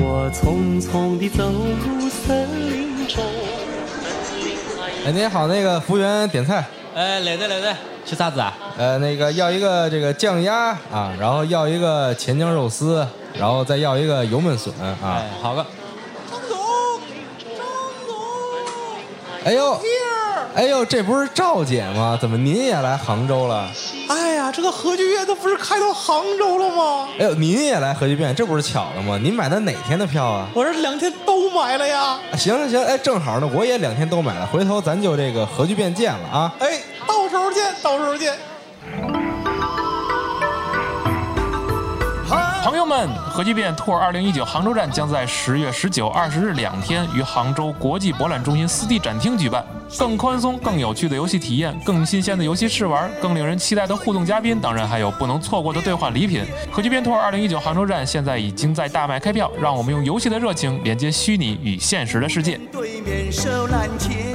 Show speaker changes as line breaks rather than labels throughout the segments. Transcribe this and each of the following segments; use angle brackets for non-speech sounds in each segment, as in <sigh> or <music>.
我匆匆地走入森林中。
哎，您好，那个服务员点菜，
哎，来的来的，吃啥子啊？
呃，那个要一个这个酱鸭啊，然后要一个钱江肉丝，然后再要一个油焖笋啊。
哎，好个，
哎呦，哎呦，这不是赵姐吗？怎么您也来杭州了？
哎呀，这个核聚变它不是开到杭州了吗？
哎呦，您也来核聚变，这不是巧了吗？您买的哪天的票啊？
我这两天都买了呀。
行行行，哎，正好呢，我也两天都买了，回头咱就这个核聚变见了啊。
哎，到时候见，到时候见。
朋友们，核聚变 Tour 二零一九杭州站将在十月十九、二十日两天于杭州国际博览中心四 D 展厅举办。更宽松、更有趣的游戏体验，更新鲜的游戏试玩，更令人期待的互动嘉宾，当然还有不能错过的兑换礼品。核聚变 Tour 二零一九杭州站现在已经在大卖开票，让我们用游戏的热情连接虚拟与现实的世界。
对面手拦截。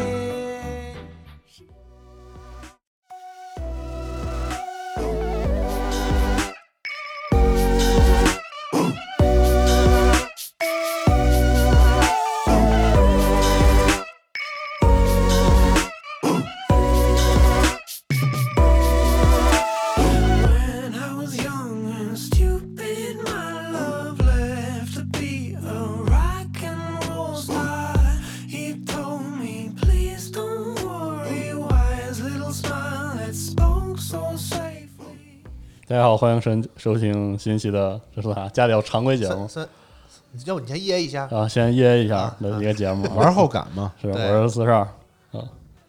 When I was young and stupid, my love left to be a rock and roll star. He told me, please don't worry. Wise little smile that spoke so safely.
大家好，欢迎收收听新一期的这是啥家里有常规节目
三，要不你先噎一下。
啊，先噎一下的一个节目啊，
玩后感嘛。
是我
对
是四十二，啊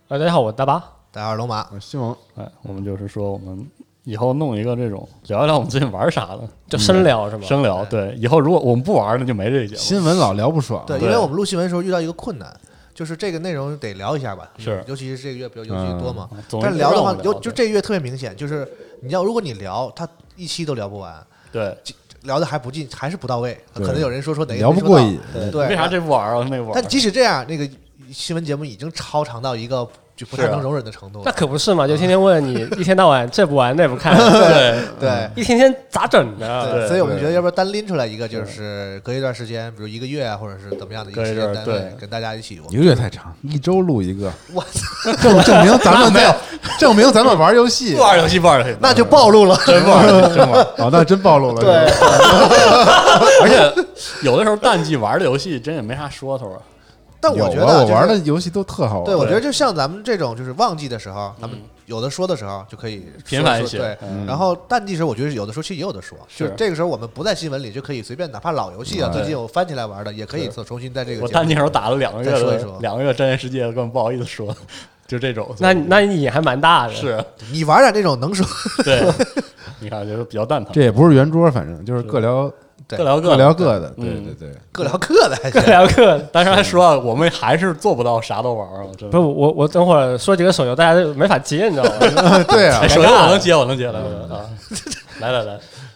哎，大家好，我大巴。
大家好，龙马，
呃西蒙，
哎，我们就是说我们以后弄一个这种聊一聊我们最近玩啥的，
就深聊是吧？
生聊。对，以后如果我们不玩那就没这个节目。
新闻老聊不爽。
对，因为我们录新闻的时候遇到一个困难，就是这个内容得聊一下吧，
是嗯
尤其是这个月比较尤其多嘛。
总
但
之
聊的
让
话
我，
就
聊
就这个月特别明显，就是你要如果你聊，他一期都聊不完，
对，
聊的还不尽，还是不到位，
对
可能有人说说哪个
聊
没
不
说
过
到
瘾
对，
为啥这不玩啊？那不玩
但即使这样，那个新闻节目已经超长到一个就不太
是啊
能容忍的程度
那
了。
可不是嘛，就天天问
<laughs>
你，一天到晚这不玩那不看，
对
对
一天天咋整
对，
的？
啊对
啊所以我们觉得，要不然单拎出来一个，就是隔一段时间，比如一个月啊，或者是怎么样的一个
隔一
时
阵
间
儿
单
对
位，跟大家一起。我
一个月太长，一周录一个，
我操，
<laughs> 证证明咱们没有，证明咱们玩游戏
不。玩游戏不玩游戏，
那就暴露了。
真不玩游戏，真不玩。
哦，那真暴露了。
对，
而且有的时候淡季玩的游戏真也没啥说头啊。
<laughs> 但
有
我
啊
觉得啊
我玩的
就是
游戏都特好玩。
对，我觉得就像咱们这种就是旺季的时候，咱们有的说的时候就可以说
嗯频繁一些
说对，
嗯
然后淡季时候，我觉得有的时候其实也有的说，就是这个时候我们不在新闻里就可以随便，哪怕老游戏啊，
嗯
对
最近我翻起来玩的，也可以重新在这个
我
节
淡
目
季时候打了两个月
再说一
的
说
两个月《真人世界》，根本不好意思说， <laughs> 就这种。
那你那你瘾还蛮大的。，
是啊
你玩点那种能说， <laughs>
对，你看就是比较蛋疼
<laughs> 这。也不是圆桌，反正就是各聊
对
各聊各
各
的
聊各的。对
嗯
对对， <laughs>
各聊各的还
各
行。
<laughs> 聊各的。
但是还说啊我们还是做不到啥都玩儿啊，真
不，
的。
我我等会儿说几个手游，大家就没法接，你知道
<laughs>
吗？
啊对啊
哎，首先我能接，我能接，来来来啊，来来来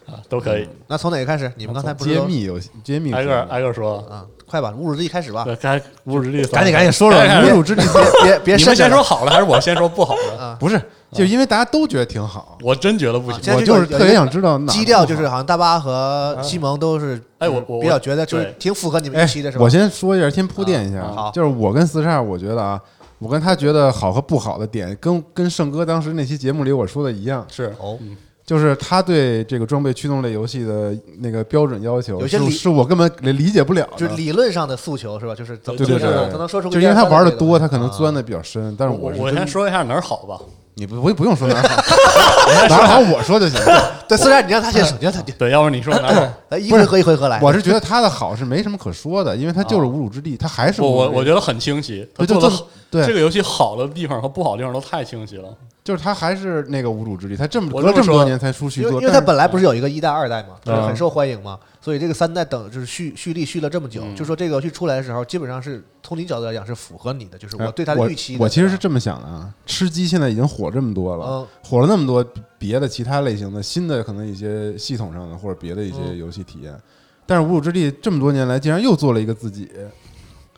啊，都可以，
那从哪个开始？你们刚才不是
揭
都
秘游戏，揭
嗯
秘
挨个
屏幕
挨个说。啊
啊？快吧，侮辱之一开始吧。
对，该无指力，
赶紧赶紧说说
哎哎
侮辱之地。
别
<laughs> 你
别别
们先
先
说，好了，还是我先说不好的？
不是，就因为大家都觉得挺好，
我真觉得不
啊
行
这。
我就是特别想知道哪
基调就是好像大巴和西蒙都是，嗯
哎我我
比较觉得就是
对
挺符合你们
哎
预期的，是吧？
我先说一下，先铺垫一下，
啊好
就是我跟四十二，我觉得啊，我跟他觉得好和不好的点，跟跟盛哥当时那期节目里我说的一样，
是
哦，
就是他对这个装备驱动类游戏的那个标准要求，
有些理
是是我根本理解不了的，
就是理论上的诉求是吧？就是怎么
对
怎
对
么样
对，
能能说出个
就因为他玩的多，
一二
他
三这
可能
啊
个
钻的比较深，但是
我
是
我
真
先说一下哪儿好吧。
你不不不用说哪
<laughs>
儿好，哪儿好我说就行了。
啊对，虽然你让他先省，你让他
对，要不你说哪儿好？
来一回合一回合
哎
来。
我是觉得他的好是没什么可说的，因为他就是无主之地，他还是
我哦我
侮辱之地
我觉得很清晰，他
就
做
这
的
么对
这个游戏好的地方和不好的地方都太清晰了。
就是他还是那个无主之地，他这么
我
隔
这么
这么
说
多年才出续
因为
作，
因为
但
他
是
本来不是有一个一代、二代嘛，就是
嗯
啊
很受欢迎嘛，所以这个三代等就是蓄蓄力蓄了这么
嗯
久，就说这个游戏出来的时候，基本上是从你角度来讲是符合你的，就是
哎
我对他的预期的
我。我其实是这么想的啊，吃鸡现在已经火这么多了，
嗯
火了那么多别的其他类型的新的可能一些系统上的或者别的一些
嗯
游戏体验，但是《无主之地》这么多年来竟然又做了一个自己，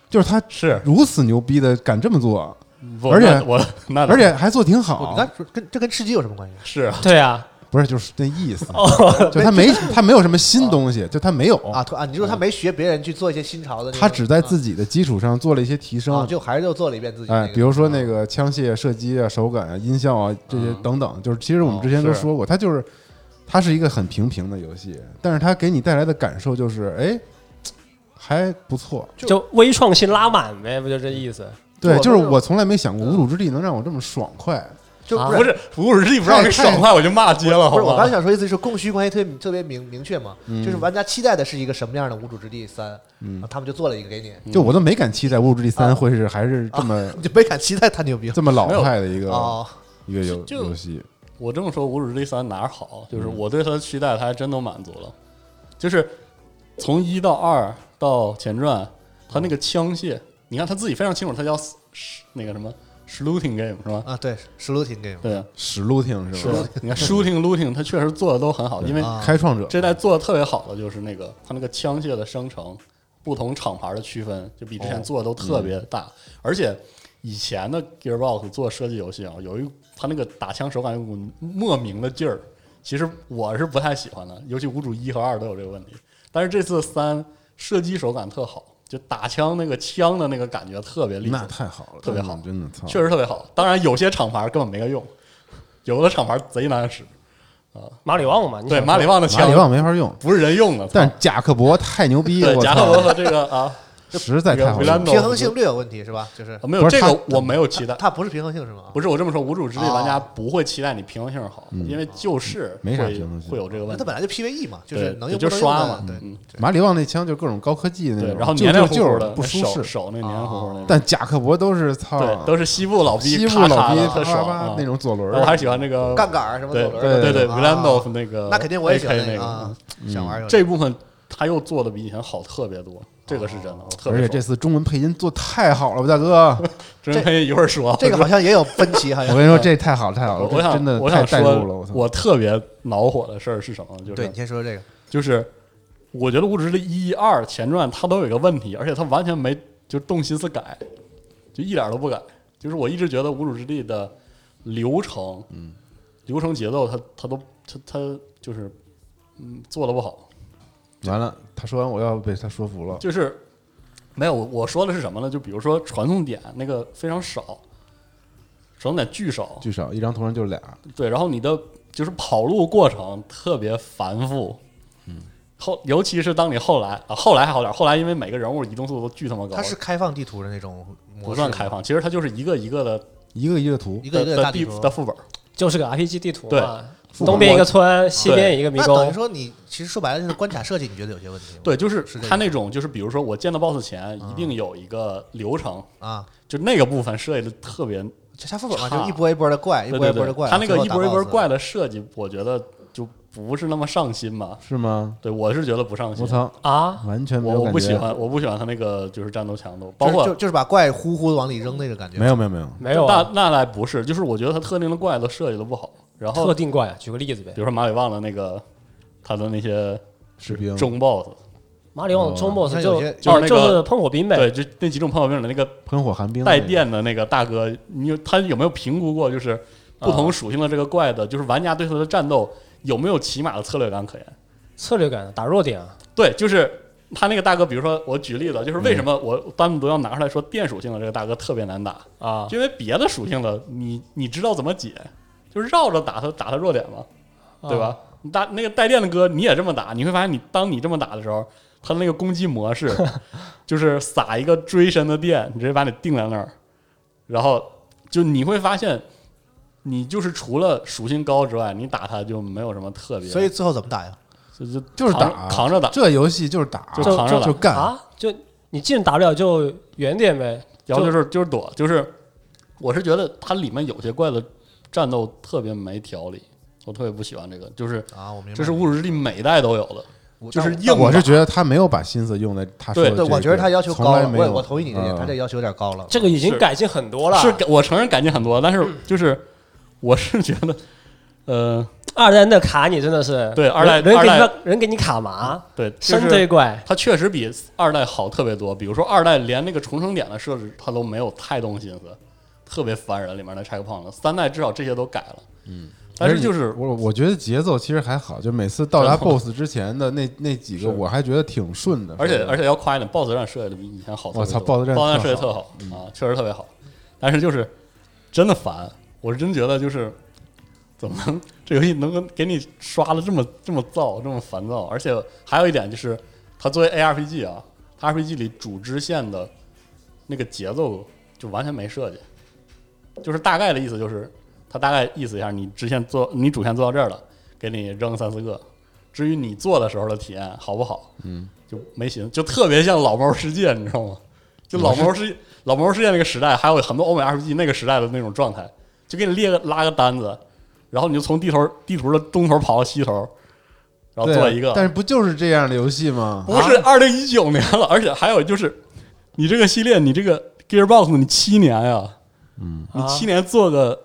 就是他
是
如此牛逼的敢这么做，
我
而且
那我那
而且还做挺
我
好啊
你。看，跟这跟吃鸡有什么关系？
是啊
对啊，
不是，就是那意思
哦，
<laughs> 就他没他没有什么新东西，就他没有
啊，啊，你说他没学别人去做一些新潮的那种，
哦他只在自己的基础上做了一些提
啊，
升，
就还是又做了一遍自己那
哎，
个
比如说那个枪械、射击啊、手感啊、音效啊这些等等，就是其实我们之前都
是
说过，它就是它是一个很平平的游戏，但是它给你带来的感受就是，哎，还不错。
就微创新拉满呗，不就这意思？
对，
我
就是我从来没
嗯
想过无主之地能让我这么爽快。
就
啊
不是哦无主之地不让人爽快，我就骂街了，好
不是，我刚
吧？
想说意思是供需关系特别特别明明确嘛，
嗯
就是玩家期待的是一个什么样的无主之地三，然后他们就做了一个给你，
就我都没敢期待《无主之地
啊
三》会是还是这么、
你就没敢期待他牛逼
这么老派的一个、
啊哦，
一个游
就
游戏。
我这么说，《无主之地三》哪儿好？就是我对它的期待，它还真都满足了。就是从一到二到前传，它那个枪械，你看他自己非常清楚，它叫 s- s- 那个什么 shooting game 是吧？
啊，对，实录挺 game，
对啊，
史路听是
是
吧？
吧你看 shooting looting，它确实做的都很好，因为
啊
开创者
这代做的特别好的就是那个它那个枪械的生成，不同厂牌的区分，就比之
哦
前做的都
嗯
特别大，而且以前的 Gearbox 做射击游戏啊，有一它那个打枪手感有股莫名的劲儿，其实我是不太喜欢的，尤其无主一和二都有这个问题，但是这次三射击手感特好，就打枪那个枪的那个感觉特别厉害
那，太好了，
特别好
真的操，
确实特别好。当然有些厂牌根本没个用，有的厂牌贼难使，
马里旺嘛，你
对
想
马里旺的
马里
枪
旺没法用，
不是人用的，
但贾克伯太牛逼了，
对
我
夹克伯
操，
和这个啊。
实在太好
维
用
兰
了。
诺
平衡性略有问题是吧？就是
啊没
不
有这
是他
个我没有期待，
它不是平衡性是吗？
不
是，
是我这么说，无主之地
哦
玩家不会期待你平衡性好，因为就是
啊嗯没啥
会
平衡性
会有这个问
那
题
它，本来就 PVE 嘛，就
对
是能用
就
不能
刷
用
嘛
的，对，
嗯，
马里旺那枪就各种高科技那
对，
种，
然后
就
黏黏
就
糊
就是
糊的，
不舒
手
适。
手那黏糊糊那种，
但贾克伯都是操，
对，都是西部老逼，
西部
咔
老
咔
逼
的
啪
特
啪
爽
啪
啊
那。种左轮儿。
我还是喜欢那个
杠杆儿什么
对
左轮
对对
儿
对
啊
v l a n d o 那个，
那肯定我也喜欢那
那
个啊
个。，嗯
想玩儿有
这部分他又做的比以前好特别多，这个是真的，我特
而
别
且
爽。
这次中文配音做太好了吧，大哥！
真可以一会儿说
这个好像也有分歧，好
我 <laughs>
像
跟你说，这太好了，太好
我
了，
我
这真
想
的
我
太
想
带
说
入了，我，操！
我特别恼火的事儿是什么？就是
对你先说说这个，
就是我觉得《无职的一二前传》它都有一个问题，而且它完全没就动心思改，就一点儿都不改。就是我一直觉得《无主之地》的流程，嗯，流程节奏它，它都它它就是嗯做的不好，
完了，他说完我要被他说服了。
就是没有我我说的是什么呢？就比如说传送点那个非常少，传送点巨少，
巨少一张图上就俩，
对，然后你的就是跑路过程特别繁复，嗯，后尤其是当你后来啊，后来还好点儿，后来因为每个人物移动速度都巨他妈高，
它是开放地图的那种模式，
不算开，放，其实它就是一个一个的
一个一个图
一，个一个
的
大
地
地图
的副本儿，
就是个 RPG 地图
对
嘛，东边一个村，西边一个迷
那等于
宫，
说你其实说白了就是关卡设计，你觉得有些问题吗？
对，就是
是这嗯
它
个
那种就是比如说我见到 BOSS 前一定有一个流程，
啊，
就那个部分设计的特别，
这下副本嘛，
差
就一波一波的怪，一
对
波一
对
波的怪，
对，它那个
最后
一
打
波一波
boss
怪的设计，我觉得就不是那么上心吧，
是吗？
对我是觉得不上心
我。操，
啊，
完全没
我
有
我
感
不喜
觉。
欢，我不喜欢它那个就是战斗强度，包
就是
括
就就是把怪呼呼的往里扔那个感觉。
没有没有没有，
没有啊
那那还不是，就是我觉得它特定的怪都设计的不好。然后
特，定怪，举个例子呗
比，如说马里旺的那个，他的那些
士兵
中 BOSS，
马里旺的中 boss
它
就
有些
就是
哦
哦那个
就是喷火兵呗，
对，就那几种朋友兵里那个
喷火寒冰那
带
个
电的那个大哥，你有他有没有评估过，就是
啊
不同属性的这个怪的，就是玩家对他的战斗有没有起码的策略感可言？
策略感打弱点啊，
对，就是他那个大哥，比如说我举例子，就是
嗯
为什么我单独要拿出来说电属性的这个大哥特别难打，
啊
就因为别的属性的你你知道怎么解，就是绕着打他打他弱点嘛，对吧？你打那个带电的哥你也这么打，你会发现你当你这么打的时候，他那个攻击模式就是撒一个追身的电，你直接把你定在那儿，然后就你会发现。你就是除了属性高之外，你打他就没有什么特别，
所以最后怎么打呀？
就就
就是
扛
打
扛着打，
这游戏就是打，
就扛着打
就干。
啊，就你既然打不了就远点呗，
然后
就
就是就是躲，就是我是觉得它里面有些怪的战斗特别没条理，我特别不喜欢这个，就是
啊，我明白。
这是物质之地每一代都有的，
我
就是
但
硬
我是
打
觉得他没有把心思用在他说的
对
这
对，
个，
我觉得他要求
从
高
来
了，
没
我
有。嗯
我同意你
嗯
这点，他这要求有点高了。
这个已经
是
改进很多了，
是改我承认改进很多，但是就是我是觉得，呃，
二代那卡你真的是
对二代
人人给你
二
个
代
人给你卡麻，
对，就
生推
是
怪
它确实比二代好特别多，比如说二代连那个重生点的设置它都没有太动心思，特别烦人，里面的拆个胖子，三代至少这些都改了，嗯，但是就是
而且我我觉得节奏其实还好，就每次到 <laughs> 达
真好
BOSS 之前的那那几个，我还觉得挺顺的。
而且而
且
且要夸一点，BOSS 战设计的比以前好特别多。
我操，BOSS 战
，BOSS 战
特
设计特好啊，确实特别好。但是就是真的烦，我是真觉得就是怎么能这游戏能够给你刷的这么这么燥，这么烦躁？而且还有一点就是，它作为 ARPG 啊它，RPG 里主支线的那个节奏就完全没设计，就是大概的意思就是，它大概意思一下，你支线做你主线做到这儿了，给你扔三四个。至于你做的时候的体验好不好，
嗯，
就没寻思，就特别像老猫世界，你知道吗？就老猫世界，老猫世界那个时代，还有很多欧美 RPG 那个时代的那种状态，就给你列个拉个单子，然后你就从地头地图的东头跑到西头，然后
对啊
做一个。
但是不就是这样的游戏吗？
不是二零一九年了，而且还有就是，你这个系列，你这个 Gearbox，你七年呀、
嗯，
你七年做个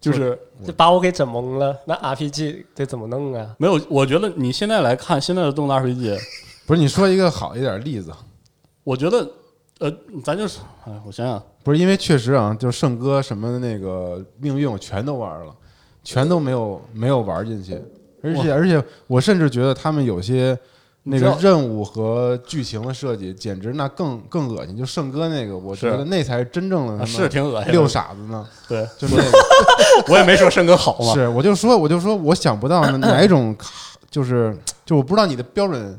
就是
这把我给整懵了。那 RPG 得怎么弄啊？
没有，我觉得你现在来看现在的动作 RPG，
不是你说一个好一点的例子，
我觉得呃，咱就是，哎，我想想，
不是因为确实啊，就圣歌什么的那个命运我全都玩了，全都没有没有玩进去，而且而且我甚至觉得他们有些那
你
个
知道
任务和剧情的设计，简直那更更恶心。就圣歌那个，我觉
是
得那才是真正的他妈
啊是挺恶心的
六傻子
<laughs>
呢，
对，
就那个
我也没说申哥好嘛，
是，我就说我就说我想不到哪哪一种 <coughs> 卡，就是就我不知道你的标准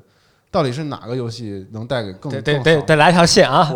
到底是哪个游戏能带给
嗯
更
得
更
得
好
得
的
得来条线啊！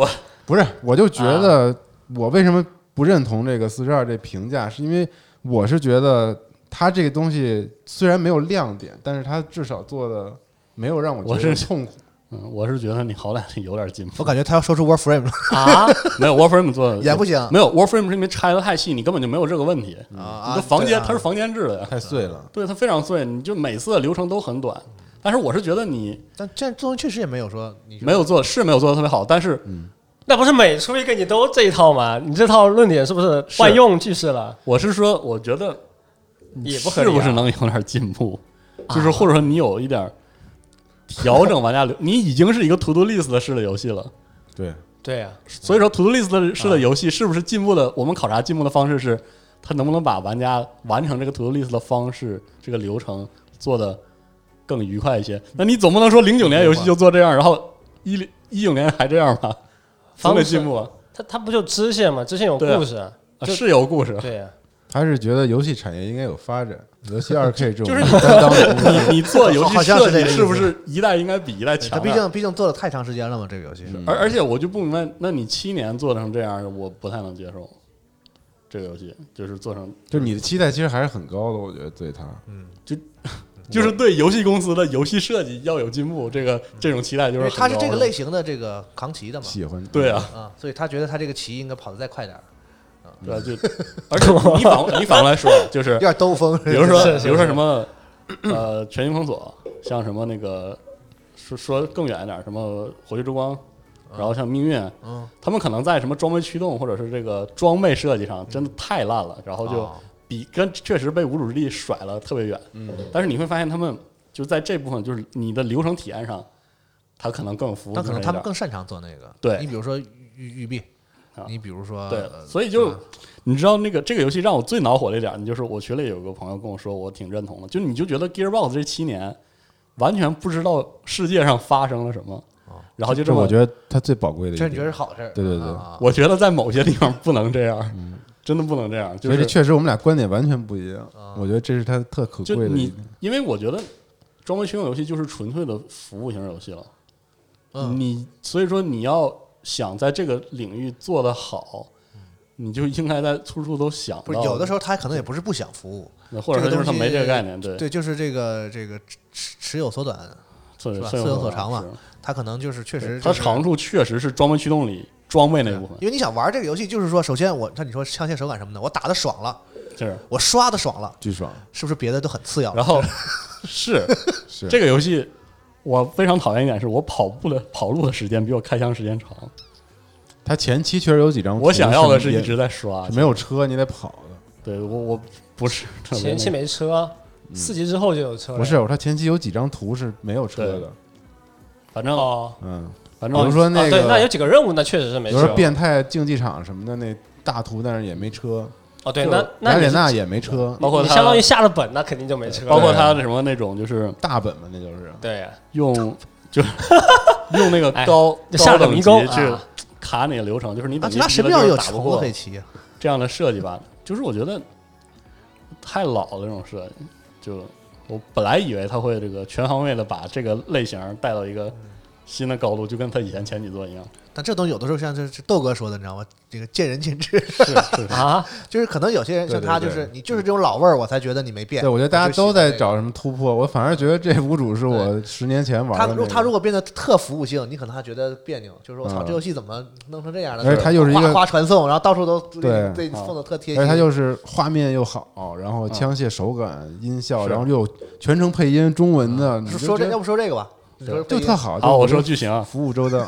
不是，我就觉
啊
得我为什么不认同这个四十二这评价，是因为我是觉得它这个东西虽然没有亮点，但是它至少做的没有让我
我
觉得
是
痛苦。
嗯，我是觉得你好歹有点进步
我。感觉他要说出 Warframe 了，
啊，
<laughs> 没有 Warframe 做的
也不行啊
没有 Warframe 是因为拆的太细，你根本就没有这个问题。你
啊！
的房
对
间
啊
它是房间制的呀，
太碎了，
对它非常碎，你就每次的流程都很短。但是我是觉得你
<laughs> 但这样东西确实也没有说你
没有做是没有做的特别好，但是
那不是每出一个你都这一套吗？你这套论点是不是
是
万用句式了？
我是说，我觉得
也不合
嗯是
理、啊。
不是能有点进步，就是或者说你有一点调整玩家流，你已经是一个 To Do List 的式的游戏了。
对，
对啊，
所以说，to do list 的式的游戏是不是进步的？我们考察进步的方式是，它能不能把玩家完成这个 to do list 的方式、这个流程做的更愉快一些？那你总不能说零九年游戏就做这样，然后一 <laughs> 零一九年还这样吧？总得进步啊，
他他不就支线吗？支线有
对啊
故事啊，
啊是有故事。
对呀、啊
他是觉得游戏产业应该有发展，尤其二 K 这种
<laughs> 就是
担当
<laughs>
的工作
你你做游戏
好像
设
是这个
计
意思
是不是一代应该比一代
他
强嗯啊？
毕竟毕竟做了太长时间了嘛，这个游戏是。
而而且我就不明白，那你七年做成这样，我不太能接受。这个游戏就是做成，
就是你的期待其实还是很高的，我觉得对他。
嗯就是对游戏公司的游戏设计要有进步，这个这种期待就
因
是
为
很
他是
高
这个
的
类型的这个扛旗的嘛，
喜欢
对啊，
啊，所以他觉得他这个旗应该跑得再快点儿，
对啊，就而且你反你反过来说，啊就是
<laughs> 有点兜风。
比如说
是是是
比如说什么呃，全境封锁，像什么那个说说更远一点，什么火炬之光，然后像命运，
嗯，
他们可能在什么装备驱动或者是这个装备设计上真的太烂了，然后就
哦
比跟确实被无主之地甩了特别远。
嗯，
但是你会发现他们就在这部分，就是你的流程体验上，他可能更服务
但
你
可
们
能
一
他们
点
更擅长做那个。
对
你比如说玉玉璧
啊，
你比如说
对
呃，
所以就
啊
你知道那个这个游戏让我最恼火的一点，你就是我群里有个朋友跟我说，我挺认同的，就你就觉得 Gearbox 这七年完全不知道世界上发生了什么，
哦
然后就
这
么，
我觉得他最宝贵的一
这
点。
你觉得是好事儿？
对对对
啊
我觉得在某些地方不能这
嗯
样，真的不能这样，就
所
是
以这
啊
确实我们俩观点完全不一样。我觉得这是他特可
就
贵的一
你
点。，
因为我觉得装备驱动游戏就是纯粹的服务型游戏了，
嗯
你所以说你要想在这个领域做得好。你就应该在处处都想到，
嗯不是有的时候他可能也不是不想服务，
候，或者说就是他没这个概念，对
对，就是这个这个尺尺尺有所短，
是
是吧
是有
各有所
可能
长嘛
是
他可能就是确实
它
就是
长处确实是装备驱动里装备那部分，
因为你想玩这个游戏，就是说，首先我像你说枪械手感什么的，我打的爽了，
就是
我刷的爽了，
巨爽，
是不是别的都很次要？
然
<laughs>
后是
是
这个游戏，我非常讨厌一点是我跑步的跑路的时间比我开枪时间长，
他前期确实有几张图
我想要的是
也
一直在刷
是，没有车你得跑的。
对我我不是特别
前期
那个嗯
没车，四级之后就有车了。哦
不是，我他前期有几张图是没有车的，
反正
哦，
嗯，
反
比如
正
说
啊
个，
对，那有几个任务那确实是没
比如说
车。
变态竞技场什么的那大图，但是也没车，
哦，对，那那
雅
你
典
是嗯
娜也没车，
包括
你
它
相当于下了本，那肯定就没车了。
包括它的什么那种，就是
大本嘛，那就是
对，啊
用
<laughs>
就是用那个高
就哎下
高
了个
等
迷
级
宫
去
啊
卡你的流程，就是你
啊，
等级
那
低
神
了
庙
就
也
是
有
打不
虫
过
子可以骑啊，
这样的设计吧，就是我觉得太老了这种设计，就我本来以为他会这个全方位的把这个类型带到一
嗯
个新的高度，就跟他以前前几座一样。
但这东西有的时候像这是豆哥说的，你知道吗？这个见仁见智， <laughs>
啊，
就是可能有些人像
对对
他，就
对
是你就是这种老味儿，我才觉得你没变。
对，我觉得大家
就喜欢
都在
这个。
找什么突破，我反而觉得这屋主是我十年前玩
他
的
如
那个。
他如果变得特服务性，你可能还觉得别扭，就是说我操，
嗯
这游戏怎么弄成这样了？
而且它又是一个
花花传送，然后到处都
对
对
啊
送的特贴
而
心。
且它又是画面又好，然后枪械手感、音效，
是
然后又有全程配音中文的，你就
说这，
觉得
要不说这个吧，你说
就
配音
特好。
好，
就
我说剧情啊，
服务周到，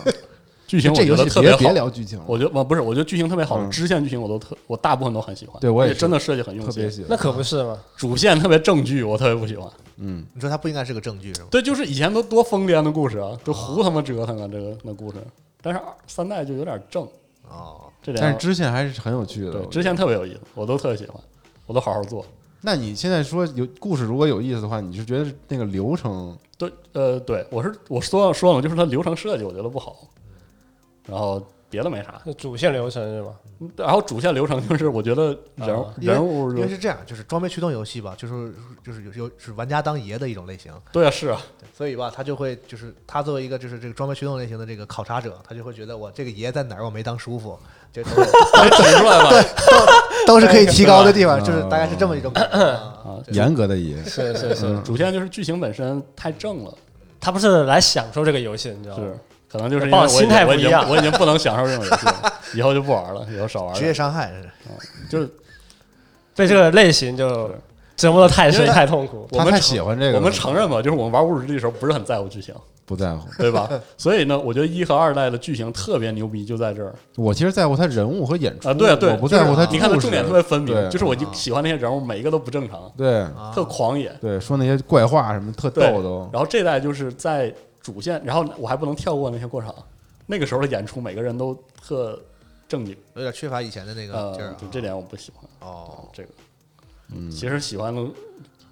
剧情我
这
觉
游
得
戏
特
别
别
别
好。
聊剧情了，
我觉得我不是，我觉得剧情特别好，
嗯
支线剧情我都特，我大部分都很喜欢。
对我也
而且
是
真的设计很用
特别
心，
喜欢。
那可不是嘛。
主线特别正剧，我特别不喜欢。
嗯，
你说它不应该是个证据是吗？
对，就是以前都多疯癫的故事啊，都胡他妈折腾啊，这个那故事。但是二三代就有点正，
哦，
这点
但是支线还是很有趣的
对。支线特别有意思，我都特别喜欢，我都好好做。
那你现在说有故事如果有意思的话，你是觉得那个
<laughs>
流程
对，呃，对我是我说说了，就是它流程设计我觉得不好，然后别的没啥，
那主线流程是吗？
然后主线流程就是我觉得人、
啊
因为
人物
因为是这样，就是装备驱动游戏吧，就是就是有有是玩家当爷的一种类型，
对啊是啊，
所以吧，他就会就是他作为一个就是这个装备驱动类型的这个考察者，他就会觉得我这个爷在哪儿我没当舒服，
<laughs>
这都是
提出来吧，
都是可以提高的地方，就是大概是这么一种感觉啊。对
严格的也
是是是，
嗯主线就是剧情本身太正了，
他不是来享受这个游戏，你知道
是
吗？
可能就是因为
抱着
我已经
心态不
我已
一
经
样
我已经不能享受这种游戏了，以后就不玩了，以后少玩
职业
了，
伤害，
就是
被这个类型就是折磨的太深
因为
太痛苦。
我
他
们
太
承
喜欢这个了，
我们承认吧，就是我们玩《侮辱之地》的时候不是很在乎剧情，
不在乎。
对
<laughs>
吧？所以呢，我觉得一和二代的剧情特别牛逼，就在这儿。
我其实在乎他人物和演出
啊对啊对
我不在乎他
你看它
故事
重点特别分明，
对啊
就是我就喜欢那些人物，每一个都不正常，
对
啊
特狂野。
对，说那些怪话什么特
对
逗哦都，
然后这代就是在主线，然后我还不能跳过那些过场。那个时候的演出，每个人都特正经，
有点缺乏以前的那个劲儿
呃
啊，
就。这点我不喜欢。
哦，
这个，
嗯
其实喜欢的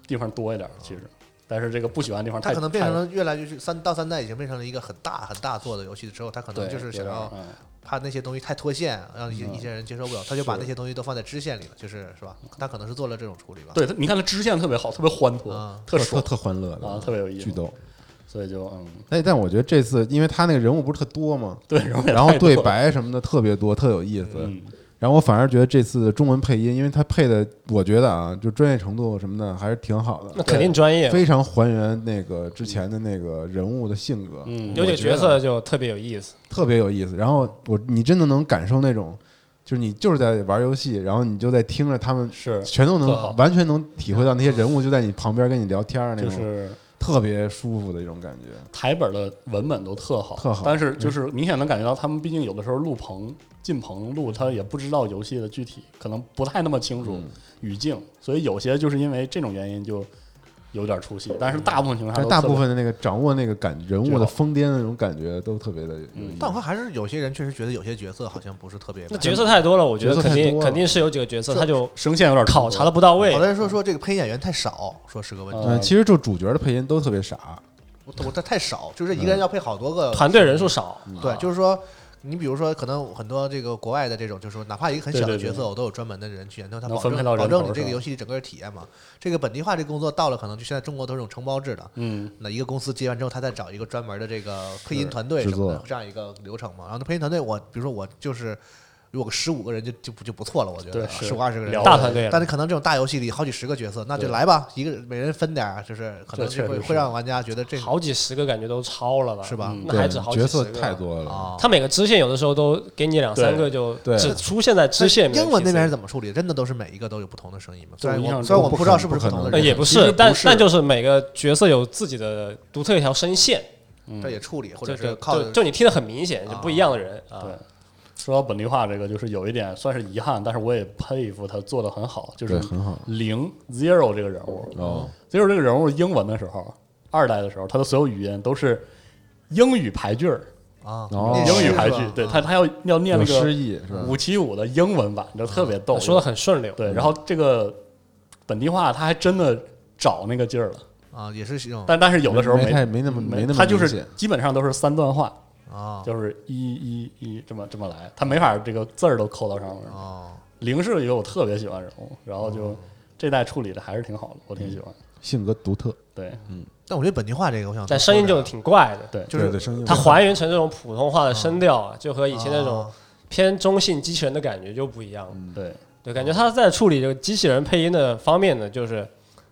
地方多一点，其实，但是这个不喜欢的地方
哦他
太
可能变
太
成了越来越是三到三代已经变成了一个很大很大做的游戏之后，他可能
对，
就是
有
想
点
要
嗯
怕那些东西太脱线，让一些一些人接受不了，他就把
是
那些东西都放在支线里了，就是是吧？他可能是做了这种处理吧。
对，它你看它支线特别好，特别欢脱
啊，
特
特
爽，
特欢乐的
啊特别有意思
巨逗。
所以就嗯，
但但我觉得这次，因为他那个人物不是特多嘛，
对，然 <laughs> 后也
然后
太多
对
了，
白什么的特别多，特有意思。
嗯，
然后我反而觉得这次的中文配音，因为他配的，我觉得啊，就专业程度什么的还是挺好
那
的，
肯定专业，
非常还原那个之前的那个人物的性格，
嗯
有几个
啊
角色就特别有意思。
特别有意思。然后我你真的能感受那种，就是你就是在玩游戏，然后你就在听着他们，
是
全都
特好
能完全能体会到那些人物就在你旁边跟你聊天儿那
就
种，
是
特别舒服的一种感觉。
台本的文本都特好，
特好嗯
但是就是明显能感觉到他们毕竟有的时候录棚进棚录，他也不知道游戏的具体，可能不太那么清
嗯
楚语境，所以有些就是因为这种原因就有点出戏，但是大部分情况下
但
都
大
特
部
别
分的那个掌握那个感人物
最
的
好
疯癫的那种感觉都特别的有意思，
但我看还是有些人确实觉得有些角色好像不是特别满。
那角色太多了，我觉得
角色
肯
太
定
多了
肯定是有几个角色他就
声线有点
考察的
了，
不到位
好。多人说说这个配音演员太少，说是个问题。
呃
嗯，其实就主角的配音都特别傻，
我我他太少，就是
嗯
一个人要配好多个。
团队人数少，
对，就是说，你比如说，可能很多这个国外的这种，就是说，哪怕一个很小
对对
的
对
角色，我都有专门的人去研究它，
能
保
分
证
配到
保
人
证
头
你这个
上
游戏整个体验嘛。这个本地化这工作到了，可能就现在中国都是这种承包制的，
<laughs> 嗯，
那一个公司接完之后，他再找一个专门的这个配音团队
制
什么的
作，
这样一个流程嘛。然后那配音团队我，比如说我就是有个十五个人就就不就不错了，我觉
对
得
是
十五二十个人
聊
大团队了
但是可能这种大游戏里好几十个角色，那就来吧，一个每人分点儿，啊就是可能
这确
就会
实
会
是
让玩家觉得这哦
好几十个感觉都超了吧？
是吧嗯
那还止好几
角
十
色
个
太。多了。
啊。
他每个支线有的时候都给你两三个，就
对
只出现在支线里面。
哎英文那边是
怎
怎么处理？真的都是每一个都有不同的声音吗？虽
对
然
印象
我
中
虽然我们不知道是不是
不可
不同的
能
人，
也不
其实
是，
不
但
是
但就是每个角色有自己的独特一条声线，
这也处理，或者
呃对
是
对，
靠
就就你听得很明显，就不一样的人
嗯
啊
对。说到本地化这个，就是有一点算是遗憾，但是我也佩服他做的很好，就是
对很好
零 zero 这个人物
哦，
，zero 这个人物英文的时候，二代的时候，他的所有语音都是英语排句儿，
啊，
哦
念诗
英
英语
是
排
吧
句，对
啊
他他要要念那
有
个
诗意是吧？
五七五的英文版，就特别逗，
说的很顺溜。嗯
对。然后这个本地化他还真的找那个劲儿了，
啊，也是这种
但但是有的时候
没
没
太没那么没那么
他就
明
是
显哦
基本上都是三段话，
啊
就是一一一这么这么来，他没法这个字儿都扣到上面。
啊，
哦
零是有我特别喜欢人物，然后就这代处理的还是挺好的，
嗯
我挺喜欢。
性格独特，
对，
但我觉得本地话这个，我想
但声音就挺怪的，
对，
啊就
对对
是
声音
它
不一样
还原成这种普通话的声调啊，嗯就和以前那种
啊
偏中性机器人的感觉就不一样了。
嗯
对，
对，感觉他在处理这个机器人配音的方面呢，就是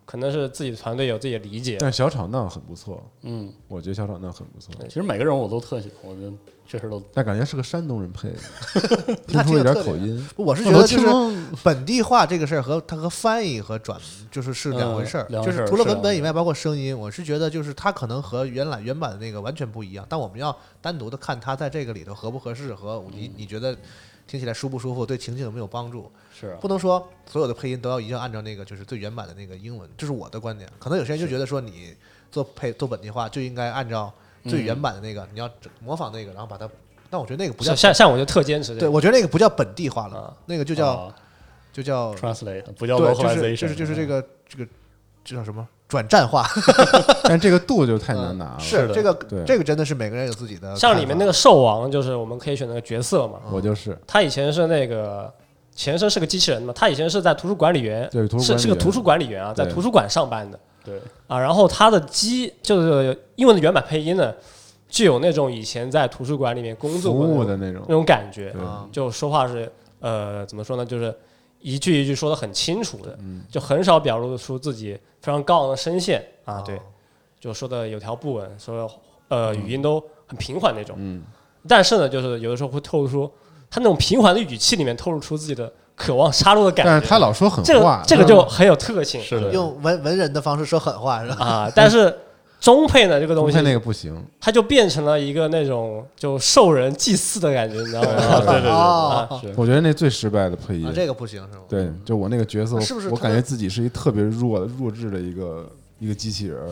可能是自己团队有自己的理解。
但是小吵闹很不错，
嗯，
我觉得小吵闹很不错，
其实每个人我都特喜欢，我觉得确实都
但感觉是个山东人配的，听
他
出
挺
一
有
点
特
口
点
音。
我是觉
我都
得就
听
是
成
<laughs> 本地化这个事儿和它和翻译和转就是是两回事儿，
嗯两
就
回事
是
儿
除了
是
文
两回
本
事
以外，包括声音，我是觉得就是它可能和原来原版的那个完全不一样。但我们要单独的看它在这个里头合不合适
嗯
和你你觉得听起来舒不舒服，对情景有没有帮助，
是啊
不能说所有的配音都要一定要按照那个就是最原版的那个英文，这是我的观点。可能有些人就觉得说你做配做本地化就应该按照
嗯
最原版的那个，你要整模仿那个，然后把它。但我觉得那个不叫
像像像我就特坚持这
对，
个，
我觉得那个不叫本地化了，
啊
那个就叫、
啊
就叫
translate 不叫
对，就是
localization，
就是就是这个这个这叫什么转战化，
但这个度就太难
<laughs>
拿了。
嗯是这个
对
这个真的是每个人有自己的
像里面那
个
个兽王，就是我们可以选那个角色嘛。
我就是
他以前是那个前身是个机器人嘛，他以前是在图书管理员，
对图书管
是
理
是个
员
图书管理员啊，在
对
图书馆上班的
对，
啊。然后他的机就是英文的原版配音呢，具有那种以前在图书馆里面工作
服
过
务
那种
的那种
那，种感觉。
对
啊
就说话是呃怎么说呢，就是一句一句说的很清楚的，
嗯
就很少表露出自己非常高昂的声线啊，对，就说的有条不紊，说呃语音都很平缓那种，
嗯，
但是呢，就是有的时候会透露出他那种平缓的语气里面透露出自己的渴望杀戮的感觉，
但是他老说狠
这个
话，嗯
这个就很有特性
是的，
用文文人的方式说狠话是吧？
啊，但是。中配呢，这个东
中
西
配那个不行，
它就变成了一个那种就兽人祭祀的感觉，你知道吗？
对对对
哦
对，是
我觉得那最失败的配音
啊，。这个不行是吗？
对，就我那个角色，
是不是
我
他
感觉
的
自己是一特别弱弱智的一个一个机器人儿。